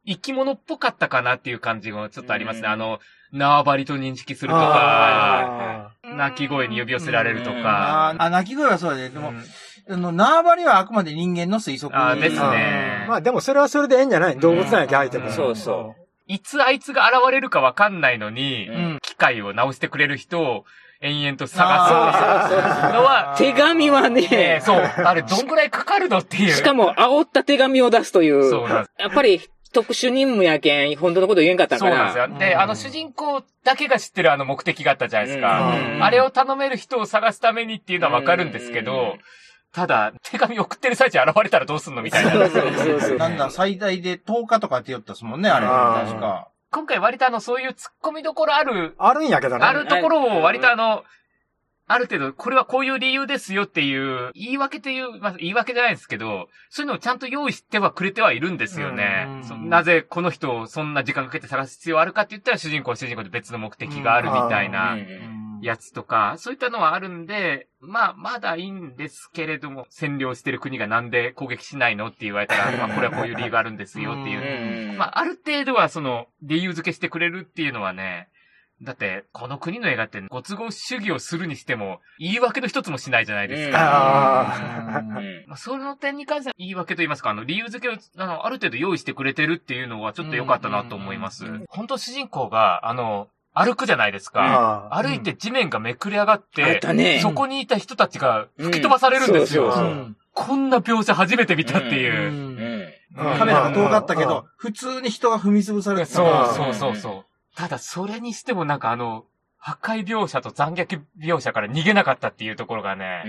[SPEAKER 4] 生き物っぽかったかなっていう感じがちょっとあります
[SPEAKER 1] う
[SPEAKER 4] ね。
[SPEAKER 1] ん
[SPEAKER 4] あの、縄張りと認識するとか、
[SPEAKER 2] あ
[SPEAKER 4] 鳴き声に呼び寄せられると
[SPEAKER 1] うん
[SPEAKER 4] か。
[SPEAKER 5] あーあ、鳴き声はそうだね。で
[SPEAKER 4] う
[SPEAKER 5] も、
[SPEAKER 4] ん
[SPEAKER 5] あの、縄張りはあくまで人間の推測
[SPEAKER 4] あーです
[SPEAKER 2] ー
[SPEAKER 4] ね。
[SPEAKER 2] まあでもそれはそれでええんじゃない動物なんやけ、相手も。
[SPEAKER 1] そうそ
[SPEAKER 4] いつあいつが現れるかわかんないのに、
[SPEAKER 1] う。
[SPEAKER 5] うんん。
[SPEAKER 4] 機械を直してくれる人を延々と探
[SPEAKER 5] あー
[SPEAKER 2] そうそう
[SPEAKER 4] すのは、
[SPEAKER 1] 手紙は
[SPEAKER 4] ねえ
[SPEAKER 1] ね、
[SPEAKER 4] そう、あれどんぐらいかかるのっていう。
[SPEAKER 1] しかも煽った手紙を出すという。
[SPEAKER 4] そうなんです。
[SPEAKER 1] やっぱり特殊任務やけん、本当のこと言えんかった
[SPEAKER 4] そ
[SPEAKER 1] か
[SPEAKER 4] う
[SPEAKER 1] ら。
[SPEAKER 4] なんですよ。で、あの主人公だけが知ってるあの目的があったじゃないですか。
[SPEAKER 2] うん
[SPEAKER 4] あれを頼める人を探すためにっていうのはわかるんですけ
[SPEAKER 1] う
[SPEAKER 4] ど
[SPEAKER 1] ん、
[SPEAKER 4] ただ、手紙送ってる最中現れたらどうすんのみたい
[SPEAKER 1] そう
[SPEAKER 4] な。
[SPEAKER 1] そうそうそう。
[SPEAKER 5] なんだ、最大で10日とかって言ったっすもんね、あれ。
[SPEAKER 2] あー
[SPEAKER 5] 確か。
[SPEAKER 4] 今回割とあの、そういう突っ込みどころある
[SPEAKER 2] あるんやけどね。
[SPEAKER 4] あるところを割とあの、ある程度、これはこういう理由ですよっていう、言い訳という、まあ、言い訳じゃないですけど、そういうのをちゃんと用意してはくれてはいるんですよね
[SPEAKER 5] うん。
[SPEAKER 4] そなぜこの人をそんな時間かけて探す必要あるかって言ったら主人公は主人公で別の目的があるみたいなやつとか、そういったのはあるんで、まあ、まだいいんですけれども、占領してる国がなんで攻撃しないのって言われた ら、まあ、これはこういう理由があるんですよっていう
[SPEAKER 1] うんうん
[SPEAKER 4] まあ、ある程度はその、理由付けしてくれるっていうのはね、だって、この国の映画ってご都合主義をするにしても、言い訳の一つもしないじゃないですか。
[SPEAKER 1] う
[SPEAKER 2] あ
[SPEAKER 5] うん
[SPEAKER 1] ん
[SPEAKER 4] まあ、その点に関しては言い訳と言いますか、あの、理由付けを、あの、ある程度用意してくれてるっていうのはちょっと良かったなと思います。
[SPEAKER 5] うんうんうん
[SPEAKER 4] 本当主人公が、あの、歩くじゃないですか。
[SPEAKER 2] あ。
[SPEAKER 4] 歩いて地面がめくれ上が
[SPEAKER 1] あ
[SPEAKER 4] っ、
[SPEAKER 1] ってたね。
[SPEAKER 4] そこにいた人たちが吹き飛ばされるんですよ。
[SPEAKER 1] うんそうそう
[SPEAKER 4] こんな描写初めて見たって
[SPEAKER 5] う
[SPEAKER 4] いう。
[SPEAKER 1] うんん。
[SPEAKER 4] うん
[SPEAKER 5] カメラが遠かったけ
[SPEAKER 2] うん
[SPEAKER 5] ど、普通に人が踏み潰されてた
[SPEAKER 4] そ
[SPEAKER 5] な
[SPEAKER 4] うそうそうそう。ただ、それにしてもなんかあの、破壊描写と残虐描写から逃げなかったっていうところが
[SPEAKER 1] う
[SPEAKER 4] ね、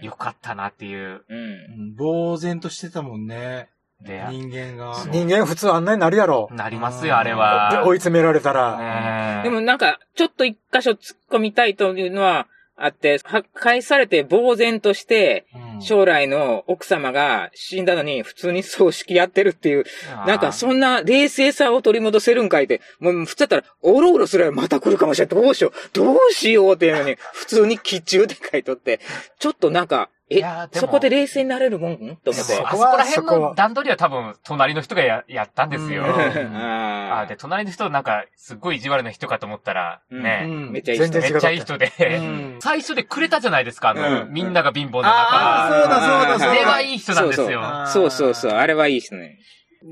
[SPEAKER 1] ん
[SPEAKER 4] よかったなっていう。
[SPEAKER 1] うん
[SPEAKER 5] うん呆然としてたもんね。
[SPEAKER 4] で、
[SPEAKER 5] 人間が。
[SPEAKER 2] 人間普通あんなになるやろ。
[SPEAKER 4] なりますよ、あれは。
[SPEAKER 2] 追い詰められたら。
[SPEAKER 4] ねえ
[SPEAKER 1] でもなんか、ちょっと一箇所突っ込みたいというのはあって、破壊されて呆然として、
[SPEAKER 5] うん
[SPEAKER 1] 将来の奥様が死んだのに普通に葬式やってるっていう、なんかそんな冷静さを取り戻せるんかいって、もう普通だったら、おろおろすればまた来るかもしれん。どうしよう、どうしようっていうのに、普通に気中で書いとって、ちょっとなんか、え
[SPEAKER 4] いや、でも
[SPEAKER 1] そこで冷静になれるもんと思って
[SPEAKER 4] そう。あ
[SPEAKER 2] そ
[SPEAKER 4] そ
[SPEAKER 2] こは
[SPEAKER 4] こら辺
[SPEAKER 2] そこは
[SPEAKER 4] の段取りは多分、隣の人がややったんですよ。
[SPEAKER 5] うん
[SPEAKER 1] あ
[SPEAKER 4] あで、隣の人なんか、すっごい意地悪な人かと思ったら、
[SPEAKER 5] う
[SPEAKER 4] ね、
[SPEAKER 5] ん
[SPEAKER 1] めっちゃいい
[SPEAKER 2] 全
[SPEAKER 1] 人
[SPEAKER 2] 然違
[SPEAKER 4] めっ
[SPEAKER 2] っ
[SPEAKER 4] ち
[SPEAKER 2] た
[SPEAKER 4] ゃいい人で、
[SPEAKER 5] うん
[SPEAKER 4] 最初でくれたじゃないですか、あの、
[SPEAKER 1] うん
[SPEAKER 4] みんなが貧乏な
[SPEAKER 5] あ
[SPEAKER 4] 中。
[SPEAKER 5] あ、そうだそうだそう
[SPEAKER 4] あ
[SPEAKER 5] だ。
[SPEAKER 4] れはいい人なんですよ。
[SPEAKER 5] あー
[SPEAKER 1] そうそうそう、あれはいい人ね。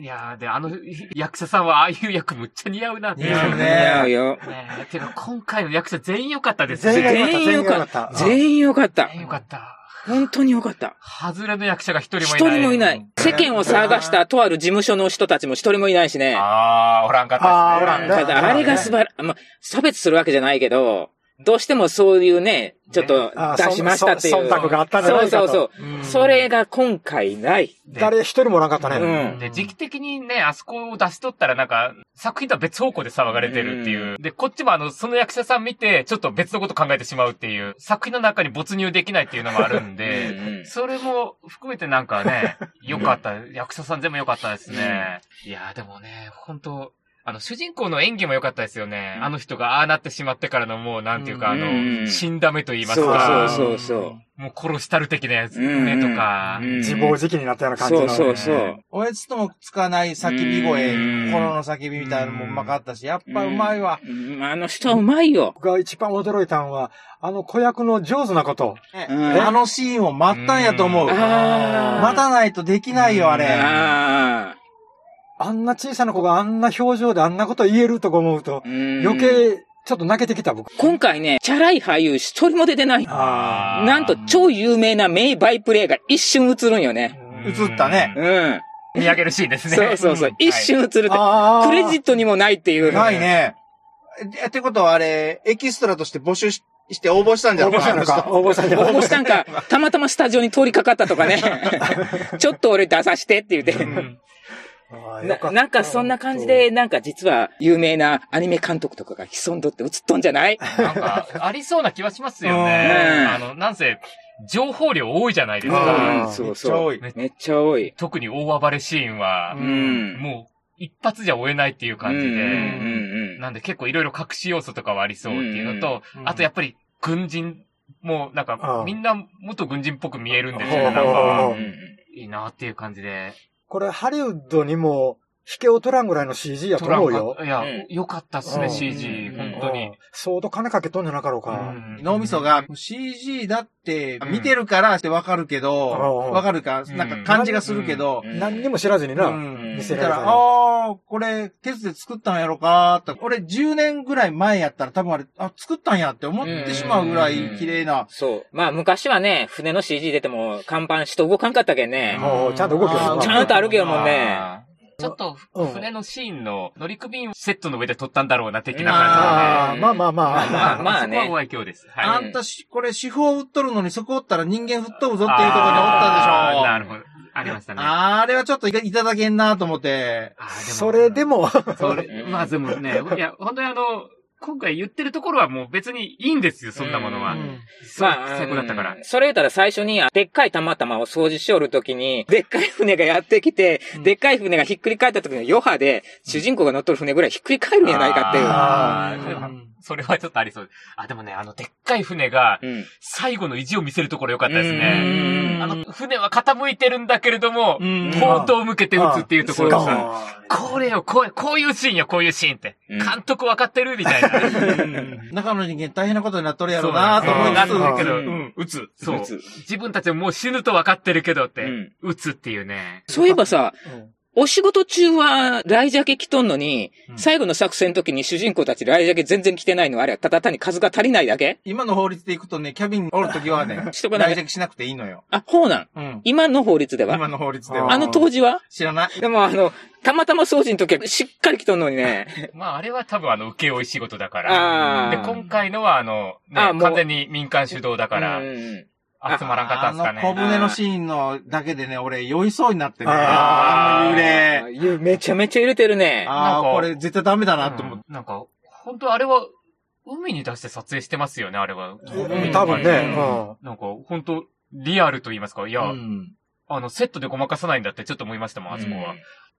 [SPEAKER 4] いやー、で、あの、役者さんはああいう役むっちゃ似合うなっていう。
[SPEAKER 5] 似合うね
[SPEAKER 1] 似合うよ。
[SPEAKER 4] ねえてか、今回の役者全員良かったです
[SPEAKER 2] 全
[SPEAKER 4] ね。
[SPEAKER 2] 員良かった。
[SPEAKER 1] 全員良かった。
[SPEAKER 4] 全員良かった。
[SPEAKER 1] 本当によかった。
[SPEAKER 4] 外れの役者が一人
[SPEAKER 1] 一
[SPEAKER 4] もいない。
[SPEAKER 1] 人もいない。世間を騒がしたとある事務所の人たちも一人もいないしね。
[SPEAKER 4] ああ、おらんかったですね。
[SPEAKER 2] あーおらんね
[SPEAKER 1] ただ、あれが素晴ら、まあ、差別するわけじゃないけど、どうしてもそういうね、ちょっと
[SPEAKER 2] あー
[SPEAKER 1] 出しましたってい
[SPEAKER 2] そん
[SPEAKER 1] う。
[SPEAKER 2] そん忖度があったんじゃ
[SPEAKER 1] そ
[SPEAKER 2] な
[SPEAKER 1] う
[SPEAKER 2] いか
[SPEAKER 1] そ
[SPEAKER 2] と。
[SPEAKER 1] うそう。それが今回ない。
[SPEAKER 4] で
[SPEAKER 2] 誰一人もおらんかったね。
[SPEAKER 1] うん
[SPEAKER 4] で、時期的にね、あそこを出しとったらなんか、作品とは別方向で騒がれてるっていう。で、こっちもあの、その役者さん見て、ちょっと別のこと考えてしまうっていう、作品の中に没入できないっていうのもあるん
[SPEAKER 1] うんう
[SPEAKER 4] で、
[SPEAKER 1] ん
[SPEAKER 4] それも含めてなんか ね、良かった。役者さん全部良かったですね。いやーでもね、本当あの、主人公の演技も良かったですよね。
[SPEAKER 1] うん
[SPEAKER 4] あの人がああなってしまってからのもう、なんていうか、あ
[SPEAKER 1] うんうん
[SPEAKER 4] の、死んだ目と言います
[SPEAKER 1] そう
[SPEAKER 4] か、
[SPEAKER 1] そうそうそ
[SPEAKER 4] もう殺したる的なやつ、
[SPEAKER 1] う。うん
[SPEAKER 4] ね、とか
[SPEAKER 1] うん。
[SPEAKER 2] 自暴自棄になったような感じ
[SPEAKER 1] そ
[SPEAKER 2] の。
[SPEAKER 1] うそうそう。
[SPEAKER 5] おやつともつかない叫び声、
[SPEAKER 1] うん
[SPEAKER 5] 心の叫びみたいなのもうまかったし、やっぱうまいわ。
[SPEAKER 1] うんあの人はうまいよ。
[SPEAKER 2] 僕が一番驚いたのは、あの子役の上手なこと。
[SPEAKER 5] ね
[SPEAKER 1] うん
[SPEAKER 5] あのシーンを待ったんやと思う。
[SPEAKER 1] うん
[SPEAKER 5] 待
[SPEAKER 1] あー
[SPEAKER 5] たないとできないよ、
[SPEAKER 4] う
[SPEAKER 5] あ
[SPEAKER 4] ん
[SPEAKER 5] れ。
[SPEAKER 1] ああ。
[SPEAKER 2] あんな小さな子があんな表情であんなこと言えるとか思うと、
[SPEAKER 1] 余
[SPEAKER 2] 余。計ちょっと泣けてきた僕。
[SPEAKER 1] 今回ね、チャラい俳優一人も出てない。
[SPEAKER 2] あ
[SPEAKER 4] ー
[SPEAKER 1] なんと超有名な名バイプレイが一瞬映るんよね。
[SPEAKER 5] 映ったね。
[SPEAKER 1] うん。
[SPEAKER 4] 見上げるシーンですね。
[SPEAKER 1] そうそうそう。一瞬映るって。ク
[SPEAKER 2] ああ。
[SPEAKER 1] レジットにもないっていう。
[SPEAKER 5] ない。ね。
[SPEAKER 3] えってことはあれ、エキストラとして募集しして応募したんじゃ
[SPEAKER 2] 応
[SPEAKER 3] ない
[SPEAKER 2] 募したのか。応募したんじゃ
[SPEAKER 1] 応
[SPEAKER 2] ない
[SPEAKER 1] 募したんか、たまたまスタジオに通りかかったとかね。ちょっと俺出さしてって言
[SPEAKER 4] う
[SPEAKER 1] って。
[SPEAKER 4] ん
[SPEAKER 2] あーよか
[SPEAKER 1] な
[SPEAKER 2] った
[SPEAKER 1] なんかそんな感じで、なんか実は有名なアニメ監督とかが潜んどって映っとんじゃない
[SPEAKER 4] なんか、ありそうな気はしますよ
[SPEAKER 1] うん
[SPEAKER 4] ね。あの、なんせ、情報量多いじゃないです
[SPEAKER 2] うん
[SPEAKER 4] か。
[SPEAKER 1] うんそう
[SPEAKER 5] めっちゃ
[SPEAKER 1] そ
[SPEAKER 5] 多
[SPEAKER 1] う
[SPEAKER 5] い。
[SPEAKER 1] めっちゃ多い。
[SPEAKER 4] 特に大暴れシーンは
[SPEAKER 1] う、ん。
[SPEAKER 4] もう、一発じゃ追えないっていう感じ
[SPEAKER 1] うん
[SPEAKER 4] で、
[SPEAKER 1] うんうん
[SPEAKER 4] なんで結構いろいろ隠し要素とかはありそうっていうのと
[SPEAKER 5] うんう、ん
[SPEAKER 4] あとやっぱり、軍人、もなん
[SPEAKER 2] う
[SPEAKER 4] か、
[SPEAKER 2] ん
[SPEAKER 4] みんな元軍人っぽく見えるんです
[SPEAKER 2] ほ
[SPEAKER 4] よ。
[SPEAKER 2] う
[SPEAKER 4] なん
[SPEAKER 2] ほ
[SPEAKER 4] か、
[SPEAKER 2] う
[SPEAKER 1] うんうん
[SPEAKER 4] いいなっていう感じで。
[SPEAKER 2] これハリウッドにも、引けを取らんぐらいの CG やと
[SPEAKER 4] トラ
[SPEAKER 2] 思
[SPEAKER 4] ン
[SPEAKER 2] うよ。
[SPEAKER 4] いや
[SPEAKER 1] うん、
[SPEAKER 4] 良かったっす
[SPEAKER 2] う
[SPEAKER 4] ね、
[SPEAKER 2] ん
[SPEAKER 4] CG。
[SPEAKER 1] うん
[SPEAKER 4] 本当
[SPEAKER 2] う
[SPEAKER 4] に
[SPEAKER 2] ん。。相当金かけとんじゃなかろうか。
[SPEAKER 4] うん
[SPEAKER 5] 脳みそが CG だって見てるからってわかるけど、
[SPEAKER 2] うん
[SPEAKER 5] わかるか、
[SPEAKER 4] うん
[SPEAKER 5] なんか感じがするけど、
[SPEAKER 1] うん
[SPEAKER 2] 何にも知らずにな。
[SPEAKER 5] うん
[SPEAKER 2] 見
[SPEAKER 5] だ
[SPEAKER 2] せ
[SPEAKER 5] からら
[SPEAKER 2] れ、たら。
[SPEAKER 5] ああ、これ、鉄で作ったんやろかーって、俺10年ぐらい前やったら多分あれ、あ、作ったんやって思ってしまうぐらい綺麗な。
[SPEAKER 1] そう。まあ昔はね、船の CG 出ても看板人動かんかったけんね。
[SPEAKER 2] もうちゃんと動ける
[SPEAKER 5] あー
[SPEAKER 1] ちゃんと歩けるもんね
[SPEAKER 4] あー。ちょっと
[SPEAKER 2] う、ん
[SPEAKER 4] 船のシーンの乗組員セットの上で撮ったんだろうな、的な
[SPEAKER 1] あー
[SPEAKER 2] あ
[SPEAKER 4] 感
[SPEAKER 2] あ、まあまあ
[SPEAKER 1] ま
[SPEAKER 2] ま
[SPEAKER 1] あ
[SPEAKER 2] あ。
[SPEAKER 1] まあね
[SPEAKER 4] そこはご愛嬌です。はい。
[SPEAKER 5] あんたし、これ、四方打っとるのにそこおったら人間吹っ飛ぶぞっていうところにおったでし
[SPEAKER 4] あ
[SPEAKER 5] ょ。
[SPEAKER 4] ーなるほど。ありましたね。
[SPEAKER 5] あれはちょっといたいただけんなと思って。
[SPEAKER 4] あー
[SPEAKER 2] それで。も、
[SPEAKER 4] それ、まあでもね、いや、本当にあの、今回言ってるところはもう別にいいんですよ、そんなものは
[SPEAKER 5] う。
[SPEAKER 2] ん
[SPEAKER 4] そう最高だったか
[SPEAKER 1] う
[SPEAKER 4] ら
[SPEAKER 1] ん。それ言ったら最初に、あでっかいたまたまを掃除しおるときに、でっかい船がやってきて、でっかい船がひっくり返ったときの余波で、主人公が乗っとる船ぐらいひっくり返るんやないかっていう。
[SPEAKER 4] あ
[SPEAKER 5] う
[SPEAKER 4] ー
[SPEAKER 5] ん
[SPEAKER 4] でもそれはちょっとありそうです。あ、でもね、あの、でっかい船が、
[SPEAKER 1] うん
[SPEAKER 4] 最後の意地を見せるところ良かったです
[SPEAKER 1] う
[SPEAKER 4] ね。
[SPEAKER 1] ん
[SPEAKER 4] あの、船は傾いてるんだけれども、
[SPEAKER 5] ん
[SPEAKER 4] ポートを向けて打つっていうところ
[SPEAKER 2] ガ
[SPEAKER 4] が
[SPEAKER 2] オ
[SPEAKER 4] さ
[SPEAKER 2] ン
[SPEAKER 4] これよ、こう、こういうシーンよ、こういうシーンって。
[SPEAKER 1] うん
[SPEAKER 4] 監督わかってるみ たいな。
[SPEAKER 5] 中の人間大変なことになっとるや
[SPEAKER 4] そ
[SPEAKER 5] ろ
[SPEAKER 4] う
[SPEAKER 5] うなと思い
[SPEAKER 4] なん
[SPEAKER 5] つ
[SPEAKER 4] ですよな
[SPEAKER 5] つ
[SPEAKER 4] んだけど、
[SPEAKER 1] う
[SPEAKER 4] うんん、撃つ。そう
[SPEAKER 1] 撃つ。
[SPEAKER 4] 自分たちももう死ぬとわかってるけどっ
[SPEAKER 1] う
[SPEAKER 4] て、
[SPEAKER 1] ん
[SPEAKER 4] 撃つっていうね。
[SPEAKER 1] そういえばさ、
[SPEAKER 2] うん
[SPEAKER 1] お仕事中は、ライジャケ着とんのに、
[SPEAKER 4] うん
[SPEAKER 1] 最後の作戦の時に主人公たちライジャケ全然着てないのはあれはただ単に数が足りないだけ
[SPEAKER 5] 今の法律でいくとね、キャビンにおるときはね、
[SPEAKER 1] しとかない
[SPEAKER 5] 来席しなくていいのよ。
[SPEAKER 1] あ、ほうなん。
[SPEAKER 5] うん。
[SPEAKER 1] 今の法律では。
[SPEAKER 5] 今の法律では。
[SPEAKER 1] あの当時は
[SPEAKER 5] 知らない。
[SPEAKER 1] でもあの、たまたま掃除の時はしっかり着とんのにね。
[SPEAKER 4] まあ、あれは多分あの、請負仕事だから。
[SPEAKER 1] あ
[SPEAKER 4] で、
[SPEAKER 1] ー
[SPEAKER 4] 今回のはあの、ね
[SPEAKER 1] あーもう
[SPEAKER 4] 完全に民間主導だか
[SPEAKER 1] うんう
[SPEAKER 4] ら、
[SPEAKER 1] んうん
[SPEAKER 4] 集まらんかったんすかね。
[SPEAKER 5] あの小舟のシーンのだけでね、俺酔いそうになってね。
[SPEAKER 2] あ
[SPEAKER 5] あの
[SPEAKER 1] あ
[SPEAKER 5] 揺れ。
[SPEAKER 1] ゆめちゃめちゃ入れてるね。
[SPEAKER 5] あ
[SPEAKER 4] な
[SPEAKER 5] あ、
[SPEAKER 4] んか
[SPEAKER 5] これ絶対ダメだな
[SPEAKER 4] うん
[SPEAKER 5] と思って。
[SPEAKER 4] なんか、本当あれは、海に出して撮影してますよね、あれは。
[SPEAKER 2] うん多分ね。うん
[SPEAKER 4] なんか、本当リアルと言いますか。いや、
[SPEAKER 5] うん
[SPEAKER 4] あの、セットでごまかさないんだってちょっと思いましたもん、あそこは。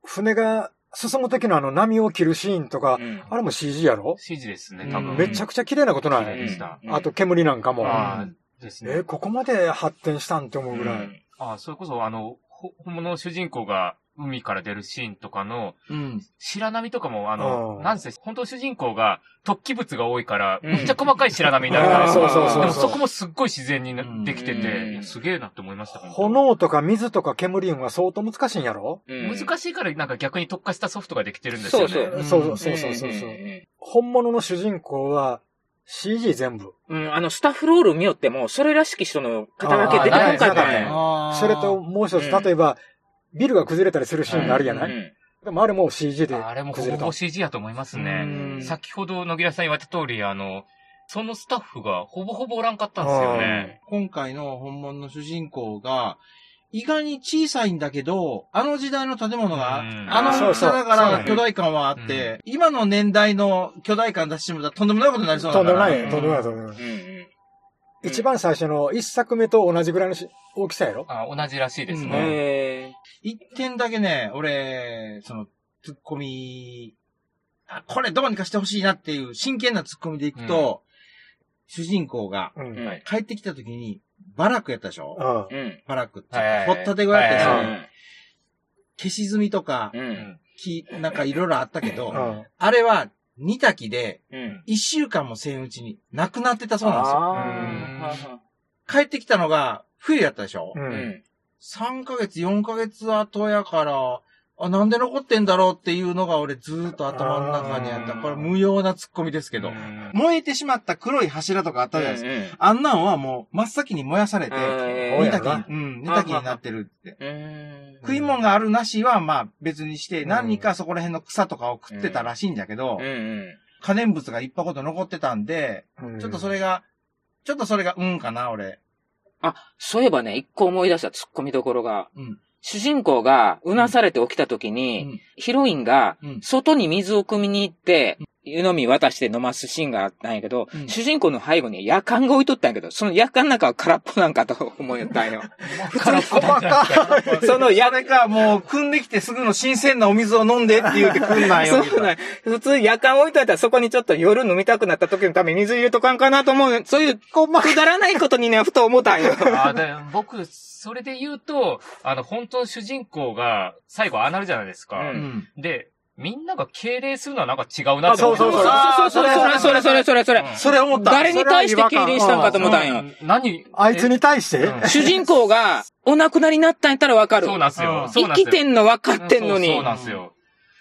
[SPEAKER 2] 船が進む時のあの波を切るシーンと
[SPEAKER 1] う、
[SPEAKER 2] か
[SPEAKER 1] ん
[SPEAKER 2] あれも CG やろ
[SPEAKER 4] 指示ですね、
[SPEAKER 5] うん
[SPEAKER 4] 多分。
[SPEAKER 2] めちゃくちゃ綺麗なことな
[SPEAKER 4] 綺麗
[SPEAKER 2] い
[SPEAKER 4] でした。
[SPEAKER 1] うん
[SPEAKER 2] あと煙なんかも。
[SPEAKER 4] ああ、です
[SPEAKER 2] え、
[SPEAKER 4] ね。
[SPEAKER 2] ここまで発展したんって思うぐら
[SPEAKER 1] う
[SPEAKER 2] い。
[SPEAKER 1] ん
[SPEAKER 4] ああ、それこそ、あの、ほ本物の主人公が海から出るシーンとかの、
[SPEAKER 5] うん。
[SPEAKER 4] 白波とかも、あの、
[SPEAKER 2] うん
[SPEAKER 4] なんせ、本当の主人公が突起物が多いから、
[SPEAKER 1] うん
[SPEAKER 4] めっちゃ細かい白波になるか
[SPEAKER 2] あ
[SPEAKER 4] ら、
[SPEAKER 2] ーそうそうそうそう
[SPEAKER 4] でもそこもすっごい自然にな
[SPEAKER 5] うん
[SPEAKER 4] できて
[SPEAKER 1] うん
[SPEAKER 4] て、いやすげえなって思いました。本当
[SPEAKER 2] 炎とか水とか煙は相当難しいんやろ
[SPEAKER 1] うん
[SPEAKER 4] 難しいから、なんか逆に特化したソフトができてるんですよ
[SPEAKER 1] そうそう。
[SPEAKER 4] ね。
[SPEAKER 2] そう
[SPEAKER 5] うん
[SPEAKER 2] そうそうそうそう
[SPEAKER 1] うん。
[SPEAKER 2] 本物の主人公は CG 全部。
[SPEAKER 1] うん、あの、スタッフロール見よっても、それらしき人の肩書き出てこなかった
[SPEAKER 2] あー
[SPEAKER 1] ね
[SPEAKER 2] な。
[SPEAKER 5] あー
[SPEAKER 2] それと、もう一つ、
[SPEAKER 1] うん
[SPEAKER 2] 例えば、ビルが崩れたりするシーンがあるじゃ
[SPEAKER 1] う
[SPEAKER 2] ない、
[SPEAKER 1] ん
[SPEAKER 2] でもあれも CG で
[SPEAKER 4] あれもほ
[SPEAKER 2] 崩れた
[SPEAKER 4] ぼ。CG やと思います
[SPEAKER 1] う
[SPEAKER 4] ね。
[SPEAKER 1] ん
[SPEAKER 4] 先ほど野木良さん言われた通り、あの、そのスタッフがほぼほぼおらんかったんですよね。
[SPEAKER 5] 今回の本物の主人公が、意外に小さいんだけど、あの時代の建物が、
[SPEAKER 4] うん
[SPEAKER 5] あの
[SPEAKER 2] そう
[SPEAKER 5] 大き
[SPEAKER 2] そう
[SPEAKER 5] さだか
[SPEAKER 2] そう
[SPEAKER 5] ら
[SPEAKER 2] ね
[SPEAKER 5] 巨大感はあって、今の年代の巨大感出してもらったらとんでもないことになりそう
[SPEAKER 2] と
[SPEAKER 5] だ
[SPEAKER 2] ん
[SPEAKER 5] か
[SPEAKER 2] でも
[SPEAKER 1] う
[SPEAKER 2] な
[SPEAKER 5] ら。
[SPEAKER 2] い、
[SPEAKER 1] ん
[SPEAKER 2] とんでもないとんでもない。
[SPEAKER 1] うんうんうん
[SPEAKER 2] 一番最初の一作目と同じぐらいのし大きさやろ
[SPEAKER 4] あ同じらしいです
[SPEAKER 5] うん
[SPEAKER 4] ね。
[SPEAKER 1] へ
[SPEAKER 5] 一点だけね、俺、その、ツッコミ、あこれどうにかしてほしいなっていう真剣なツッコミでいくと、主人公が
[SPEAKER 2] うん。うん。
[SPEAKER 1] ーはい
[SPEAKER 5] 帰ってきた時に、バラックやったでしょ
[SPEAKER 2] あ
[SPEAKER 1] うん。
[SPEAKER 5] バラックって
[SPEAKER 4] はいはい。
[SPEAKER 5] 掘ったて小屋やったでしょ
[SPEAKER 2] はいうは
[SPEAKER 5] 消し積みとか、
[SPEAKER 1] ん。う。
[SPEAKER 4] うんん
[SPEAKER 5] 木、なんかいろいろあったけど、
[SPEAKER 2] あ。
[SPEAKER 5] あれは、煮炊きで、
[SPEAKER 1] うん。
[SPEAKER 5] 一週間もせんうちに、なくなってたそうなんですよ。
[SPEAKER 1] あー
[SPEAKER 5] 帰ってきたのが、冬やったでしょ、
[SPEAKER 2] う。
[SPEAKER 1] うんん。
[SPEAKER 5] ?3 ヶ月、4ヶ月後やから、あ、なんで残ってんだろうっていうのが俺ずーっと頭の中にあった。
[SPEAKER 4] あー
[SPEAKER 5] これ無用なツッコミですけど。燃えてしまった黒い柱とかあったじゃないですか。
[SPEAKER 1] う
[SPEAKER 5] あんなんはもう真っ先に燃やされて、
[SPEAKER 1] ん
[SPEAKER 2] 見
[SPEAKER 5] 煮た
[SPEAKER 2] た
[SPEAKER 5] き
[SPEAKER 2] か
[SPEAKER 5] に、うん、煮たきになってるって。
[SPEAKER 1] うん。
[SPEAKER 5] 食い物があるなしはまあ別にして、
[SPEAKER 2] うん
[SPEAKER 5] 何かそこら辺の草とかを食ってたらしいんだけど
[SPEAKER 1] うん、うん。
[SPEAKER 5] 可燃物がいっぱいこと残ってたんで、
[SPEAKER 2] うん
[SPEAKER 5] ちょっとそれが、ちょっとそれが、うんかな、俺。
[SPEAKER 1] あ、そういえばね、一個思い出した突っ込みどころが、
[SPEAKER 5] うん
[SPEAKER 1] 主人公がうなされて起きた時に、
[SPEAKER 5] うん
[SPEAKER 1] ヒロインが
[SPEAKER 5] うん
[SPEAKER 1] 外に水を汲みに行って、湯飲み渡して飲ますシーンがあったんやけど、
[SPEAKER 5] うん
[SPEAKER 1] 主人公の背後に夜間が置いとったんやけど、その夜間の中は空っぽなんかと思ったんよ。
[SPEAKER 5] 空っぽ
[SPEAKER 1] その
[SPEAKER 5] や
[SPEAKER 1] 夜
[SPEAKER 5] れか、もう、汲んできてすぐの新鮮なお水を飲んでって言うて汲んなんよ。
[SPEAKER 1] そうなん普通夜間置いといたらそこにちょっと夜飲みたくなった時のために水入れとかんかなと思う。そういう、こう、くだらないことにね、ふと思ったんよ。
[SPEAKER 4] あで僕、それで言うと、あの、本当の主人公が、最後ああなるじゃないですか。
[SPEAKER 1] うん
[SPEAKER 5] うん
[SPEAKER 4] で、みんなが敬礼するのはなんか違うなって
[SPEAKER 2] そ
[SPEAKER 4] 思
[SPEAKER 2] うそうそう
[SPEAKER 1] そうそうそうそれそれそれそれそれ。
[SPEAKER 5] それ思った。
[SPEAKER 1] 誰に対して敬礼したんかと思ったんよ。
[SPEAKER 4] うん何
[SPEAKER 2] あいつに対して、
[SPEAKER 4] えうん
[SPEAKER 1] 主人公がお亡くなりになったんやったらわかる。
[SPEAKER 4] そうなんですよ。そ
[SPEAKER 1] 生
[SPEAKER 4] うなんす
[SPEAKER 1] き
[SPEAKER 4] よ
[SPEAKER 1] てんの分かってんのに。
[SPEAKER 4] そうそうなんですよ。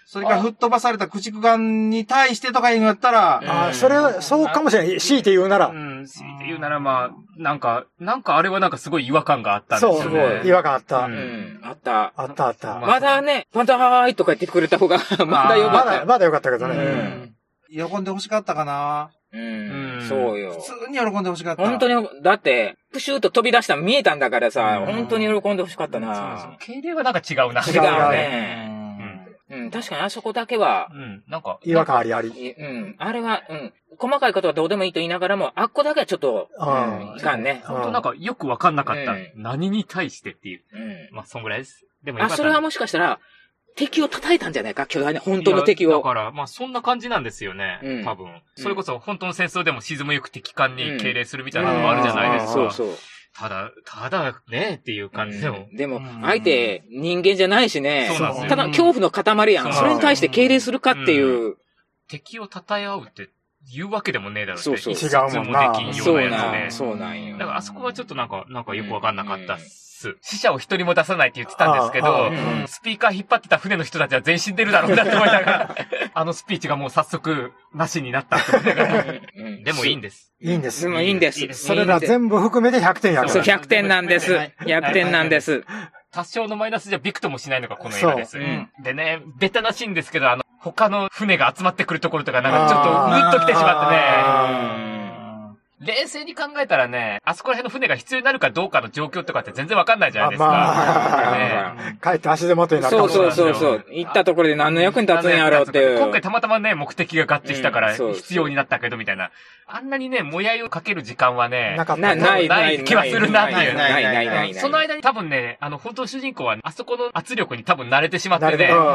[SPEAKER 5] それから吹っ飛ばされた駆逐艦に対してとか言うんやったら、
[SPEAKER 2] ああ、それは、そうかもしれない。強いて言うなら。
[SPEAKER 4] うん、強いて言うならまあ、なんか、なんかあれはなんかすごい違和感があったんです
[SPEAKER 2] そう、
[SPEAKER 4] よ
[SPEAKER 2] す
[SPEAKER 4] ね。
[SPEAKER 2] ごい。違和感あった。
[SPEAKER 1] う
[SPEAKER 4] う
[SPEAKER 1] んん、あった。
[SPEAKER 2] あったあった。
[SPEAKER 4] ま
[SPEAKER 2] ま
[SPEAKER 4] あ
[SPEAKER 1] まだね、まだはーいとか言ってくれた方が、まだよかった
[SPEAKER 2] だ、
[SPEAKER 1] よ。
[SPEAKER 2] まだよかったけど
[SPEAKER 1] う
[SPEAKER 2] ね。
[SPEAKER 1] ん
[SPEAKER 5] 喜んで欲しかったかな。
[SPEAKER 1] うん
[SPEAKER 4] うん
[SPEAKER 1] そうよ。
[SPEAKER 5] 普通に喜んで欲しかった。
[SPEAKER 1] 本当に、だって、プシューと飛び出したの見えたんだからさ、
[SPEAKER 5] うん
[SPEAKER 1] 本当に喜んでほしかった
[SPEAKER 4] そうなんですよ
[SPEAKER 1] な。
[SPEAKER 4] 敬礼はなんか違うな。
[SPEAKER 1] 違
[SPEAKER 2] そうう
[SPEAKER 5] う
[SPEAKER 1] ね。
[SPEAKER 5] ん。
[SPEAKER 1] うん、確かにあそこだけは、
[SPEAKER 4] うん。うん、なんか、
[SPEAKER 2] 違和感ありあり。
[SPEAKER 1] いうん、あれは、うん、細かいことはどうでもいいと言いながらも、あっこだけはちょっと、
[SPEAKER 2] うん
[SPEAKER 1] いかんね。
[SPEAKER 4] 本当なんかよくわかんなかった。
[SPEAKER 1] うん
[SPEAKER 4] 何に対してっていう。
[SPEAKER 1] うん。
[SPEAKER 4] まあ、そんぐらいです。でもよ
[SPEAKER 1] あ、
[SPEAKER 4] かった
[SPEAKER 1] そ
[SPEAKER 4] ね
[SPEAKER 1] れはもしかしたら、敵を叩いたんじゃないか巨大な、本当の敵
[SPEAKER 4] いやだ
[SPEAKER 1] を。
[SPEAKER 4] から、まあ、そんな感じなんですよね。
[SPEAKER 1] うん
[SPEAKER 4] 多分。それこそ、本当の戦争でも沈むゆく敵艦に敬礼するみたいなの
[SPEAKER 1] うん
[SPEAKER 4] もあるじゃないですか。
[SPEAKER 1] そうそう。
[SPEAKER 4] ただ、ただね、っていう感じでも。
[SPEAKER 1] うんでも
[SPEAKER 5] うん、
[SPEAKER 1] 相手、人間じゃないしね。
[SPEAKER 4] そうなんですよ
[SPEAKER 1] ただ、恐怖の塊や
[SPEAKER 4] そ
[SPEAKER 1] ん。
[SPEAKER 4] う
[SPEAKER 1] それに対して敬礼するかっていう。
[SPEAKER 4] 敵を称え合うって言うわけでもねえだろって。
[SPEAKER 1] そうそう
[SPEAKER 4] 一冊
[SPEAKER 2] 違うもん
[SPEAKER 4] で
[SPEAKER 2] な
[SPEAKER 4] きんよ
[SPEAKER 1] そうう
[SPEAKER 4] な
[SPEAKER 1] な
[SPEAKER 4] や
[SPEAKER 1] ん、
[SPEAKER 4] つ
[SPEAKER 5] そ
[SPEAKER 4] ね。
[SPEAKER 1] そうなんよ
[SPEAKER 4] だ。からあそこはちょっとなんか、なんかよくわかんなかったっす。死者を一人も出さないって言ってたんですけ
[SPEAKER 2] あ
[SPEAKER 4] ど
[SPEAKER 2] あ
[SPEAKER 1] う、ん
[SPEAKER 4] スピーカー引っ張ってた船の人たちは全身出るだろうなって思いながら、あのスピーチがもう早速、なしになったって思いな がら。
[SPEAKER 1] うん
[SPEAKER 4] でもいいんです。
[SPEAKER 2] いいんです
[SPEAKER 1] で。もいいんで
[SPEAKER 4] いい
[SPEAKER 1] す
[SPEAKER 4] で。す
[SPEAKER 2] それら全部含めて100点やる
[SPEAKER 1] そう、
[SPEAKER 4] 100
[SPEAKER 1] 100点なんです。
[SPEAKER 5] はい
[SPEAKER 1] 100点なんです。
[SPEAKER 4] 多少のマイナスじゃビクともしないのがこの映画です。
[SPEAKER 1] そううん
[SPEAKER 4] でね、ベタなシーンですけど、あの、他の船が集まってくるところとか、なんかちょっとグッと来てしまってね。冷静に考えたらね、あそこら辺の船が必要になるかどうかの状況とかって全然わかんないじゃないですか。
[SPEAKER 2] ま
[SPEAKER 4] ね
[SPEAKER 2] 帰って足手まといになるか
[SPEAKER 1] そ
[SPEAKER 2] も
[SPEAKER 1] う
[SPEAKER 2] しれ
[SPEAKER 1] そ
[SPEAKER 2] な
[SPEAKER 1] う
[SPEAKER 2] い
[SPEAKER 1] そうそう。行ったところで何の役に立つんやろうっていう。
[SPEAKER 4] 今回たまたまね、目的が合致したか
[SPEAKER 1] う
[SPEAKER 4] ら
[SPEAKER 1] んそう
[SPEAKER 4] 必要になったけどみたいな。あんなにね、もやいをかける時間はね
[SPEAKER 2] な、かった
[SPEAKER 1] な、ない、
[SPEAKER 4] な
[SPEAKER 1] ないい、
[SPEAKER 4] 気はするなっていう
[SPEAKER 1] ない、ない、ない、ない。
[SPEAKER 4] その間に多分ね、あの、本当の主人公は、あそこの圧力に多分慣れてしまっ
[SPEAKER 2] 慣
[SPEAKER 4] て
[SPEAKER 2] れて
[SPEAKER 4] ね、
[SPEAKER 2] う
[SPEAKER 4] うんん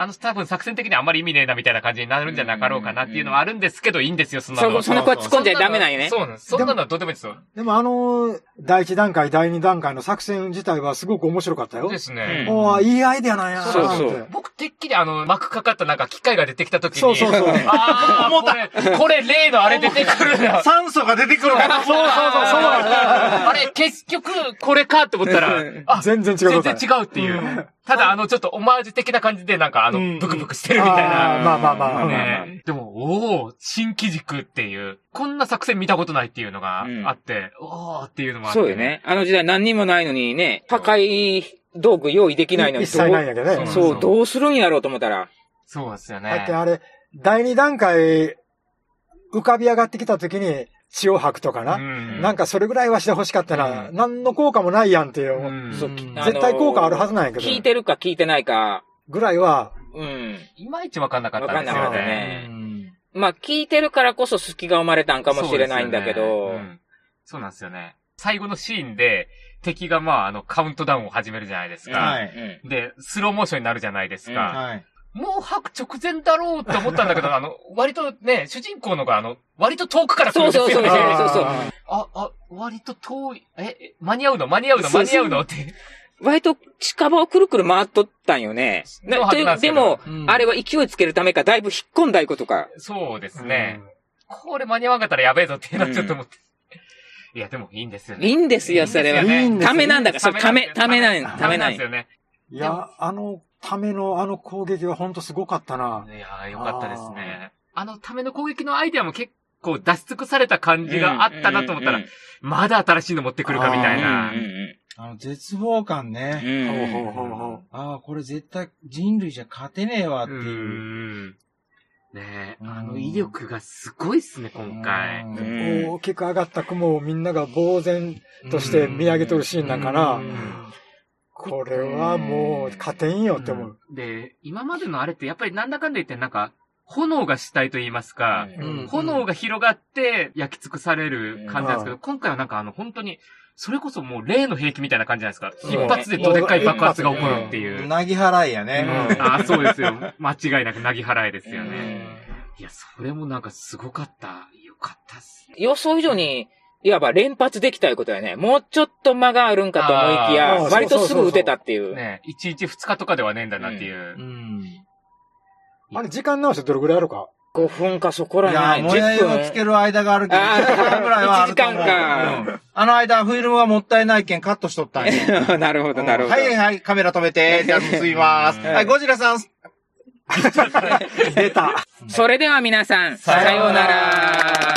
[SPEAKER 4] あの、多分作戦的にはあんまり意味ねえなみたいな感じになるんじゃなかろうかなっていうのはあるんですけど、いいんですよ、そんな
[SPEAKER 1] そ
[SPEAKER 4] の。
[SPEAKER 1] こ、その子は突っ込んじゃダメなんよね。
[SPEAKER 4] そうなんです。そんなのはどうでもいいですよ。
[SPEAKER 2] でもあの、第一段階、第二段階の作戦自体はすごく面白かったよ
[SPEAKER 4] で。すね。
[SPEAKER 1] うん
[SPEAKER 2] もう、いいアイデアなんやな
[SPEAKER 1] そうそう
[SPEAKER 2] なんて
[SPEAKER 4] 僕、てっきりあの、幕かかったなんか機械が出てきた時に。
[SPEAKER 2] そうそうそう
[SPEAKER 4] ああ、これ、これ例のあれ出てくるな。
[SPEAKER 5] 酸素が出てくるから。そうそうそう、そうなんだ。
[SPEAKER 4] あれ、結局、これかって思ったら、あ、
[SPEAKER 2] 全然違う
[SPEAKER 4] 全
[SPEAKER 2] こと
[SPEAKER 4] 然
[SPEAKER 2] や
[SPEAKER 4] 違うっていう。ただ、あの、ちょっとオマージュ的な感じで、なんか、あ
[SPEAKER 5] うん
[SPEAKER 4] の、ブクブクしてるみたいな。
[SPEAKER 2] あーまあまあまあ
[SPEAKER 4] の
[SPEAKER 2] まあまあ
[SPEAKER 4] ね。でも、おー、新機軸っていう、こんな作戦見たことないっていうのが
[SPEAKER 1] うん
[SPEAKER 4] あって、おーっていうのもあって。
[SPEAKER 1] そうよ。ね。あの時代何にもないのにね、破壊道具用意できないのに、
[SPEAKER 2] 一切ないんやけど
[SPEAKER 4] そ
[SPEAKER 2] ね
[SPEAKER 4] う。
[SPEAKER 1] そう、どうするんやろうと思ったら。
[SPEAKER 4] そうですよ
[SPEAKER 2] だっ
[SPEAKER 4] ね
[SPEAKER 2] て。あれ、第二段階、浮かび上がってきた時に血を吐くとかな。
[SPEAKER 4] ん
[SPEAKER 2] なんかそれぐらいはしてほしかったな。
[SPEAKER 4] うん
[SPEAKER 2] 何の効果もないやんっていう。
[SPEAKER 4] うん
[SPEAKER 1] そう
[SPEAKER 4] うん
[SPEAKER 1] あの
[SPEAKER 2] 絶対効果あるはずなんやけど
[SPEAKER 1] 聞いてるか聞いてないか、
[SPEAKER 2] ぐらいは、
[SPEAKER 1] うん。
[SPEAKER 4] いまいちわかんなかったんです
[SPEAKER 2] わかんなか
[SPEAKER 4] よ
[SPEAKER 2] った
[SPEAKER 4] ね。
[SPEAKER 1] ねまあ、聞いてるからこそ隙が生まれたんかもしれないんだけど、
[SPEAKER 4] そうですよねうんそうなんですよね。最後のシーンで、敵がまあ、あの、カウントダウンを始めるじゃないですか。
[SPEAKER 5] は
[SPEAKER 1] う
[SPEAKER 5] い
[SPEAKER 1] ん
[SPEAKER 4] で、スローモーションになるじゃないですか。
[SPEAKER 5] はい。
[SPEAKER 4] もう吐く直前だろうって思ったんだけど、あの、割とね、主人公のが、あの、割と遠くから来るんですよ、ね。
[SPEAKER 1] そうそう
[SPEAKER 4] あ
[SPEAKER 1] そう
[SPEAKER 2] あ
[SPEAKER 4] あ、あ、割と遠い。え、え間に合うの間に合うの間に合うのって。
[SPEAKER 1] 割と近場をくるくる回っとったんよね。
[SPEAKER 4] の
[SPEAKER 1] な
[SPEAKER 4] は
[SPEAKER 1] とい
[SPEAKER 4] ずなん
[SPEAKER 1] う
[SPEAKER 4] です
[SPEAKER 1] で
[SPEAKER 4] けど
[SPEAKER 1] も、
[SPEAKER 5] うん
[SPEAKER 1] あれは勢いつけるためか、だいぶ引っ込んだいうことか。
[SPEAKER 4] そうです
[SPEAKER 2] ー
[SPEAKER 4] ね。これ間に合わんかったらやべえぞっていうのはちょっと思って。いや、でもいいんですよね。
[SPEAKER 1] いいんですよ、それは。
[SPEAKER 2] いいんですよ
[SPEAKER 1] ためなんだから、それため、ためない、ためな
[SPEAKER 4] です
[SPEAKER 1] い。
[SPEAKER 4] よね。
[SPEAKER 2] い
[SPEAKER 4] で
[SPEAKER 2] や、あのためのあの攻撃はほんとすごかったな。
[SPEAKER 4] いやー、よかったですね。あのための攻撃のアイデアも結構出し尽くされた感じがあったなと思ったら、
[SPEAKER 1] うん
[SPEAKER 4] まだ新しいの持ってくるかみたいな
[SPEAKER 1] うん。うん
[SPEAKER 5] あの、絶望感ね。
[SPEAKER 1] うんうん
[SPEAKER 2] ほうほうほうほう
[SPEAKER 5] ああ、これ絶対人類じゃ勝てねえわ
[SPEAKER 4] う
[SPEAKER 5] っていう。
[SPEAKER 4] ん。ねえ、
[SPEAKER 5] うん
[SPEAKER 4] あの威力がすごいっすね、今回。
[SPEAKER 1] う
[SPEAKER 5] うん
[SPEAKER 1] ん
[SPEAKER 2] 大きく上がった雲をみんなが呆然として見上げとるシーンだから
[SPEAKER 4] う、ん
[SPEAKER 2] これはもう勝てんよって思う。
[SPEAKER 4] で、今までのあれってやっぱりなんだかんだ言ってなんか、炎が主体と言いますか、
[SPEAKER 1] うん
[SPEAKER 5] うん
[SPEAKER 4] 炎が広がって焼き尽くされる感じなんですけど、今回はなんかあの本当に、それこそもう例の兵器みたいな感じじゃないですか。
[SPEAKER 2] うん
[SPEAKER 4] 一発でどでっかい爆発が起こるっていう。
[SPEAKER 5] なぎ払いやね。
[SPEAKER 4] うんあ、そうですよ。間違いなくなぎ払いですよ
[SPEAKER 1] う
[SPEAKER 4] ね。
[SPEAKER 1] ん
[SPEAKER 4] いや、それもなんかすごかった。よかったっすね。
[SPEAKER 1] 予想以上に、いわば連発できたいうことやね。もうちょっと間があるんかと思いきや、
[SPEAKER 2] あー
[SPEAKER 1] 割とすぐ打てたっていう。
[SPEAKER 4] ね一日二日とかではねえんだなっていう。
[SPEAKER 5] うん。
[SPEAKER 2] あれ時間直してどれぐらいあるか
[SPEAKER 1] 5分かそこ
[SPEAKER 5] い
[SPEAKER 1] ら
[SPEAKER 5] や
[SPEAKER 1] な
[SPEAKER 5] ー、
[SPEAKER 1] い。
[SPEAKER 5] もやいをつける間があるけど、
[SPEAKER 1] あー
[SPEAKER 5] 1時間ぐらいはあると思
[SPEAKER 1] 1
[SPEAKER 5] う。
[SPEAKER 1] 時間
[SPEAKER 5] うんあの間、フィルムはもったいないけんカットしとったんや。
[SPEAKER 1] 分。 なるほど、なるほど。
[SPEAKER 5] はいはい、カメラ止めて。じゃあ、すいまーす。
[SPEAKER 4] うん
[SPEAKER 5] はい、ゴジラさん。
[SPEAKER 2] 出た。
[SPEAKER 1] それでは皆さん、
[SPEAKER 5] さ
[SPEAKER 1] さ
[SPEAKER 5] よ
[SPEAKER 1] よ
[SPEAKER 5] う
[SPEAKER 1] うな
[SPEAKER 5] なら
[SPEAKER 1] ら。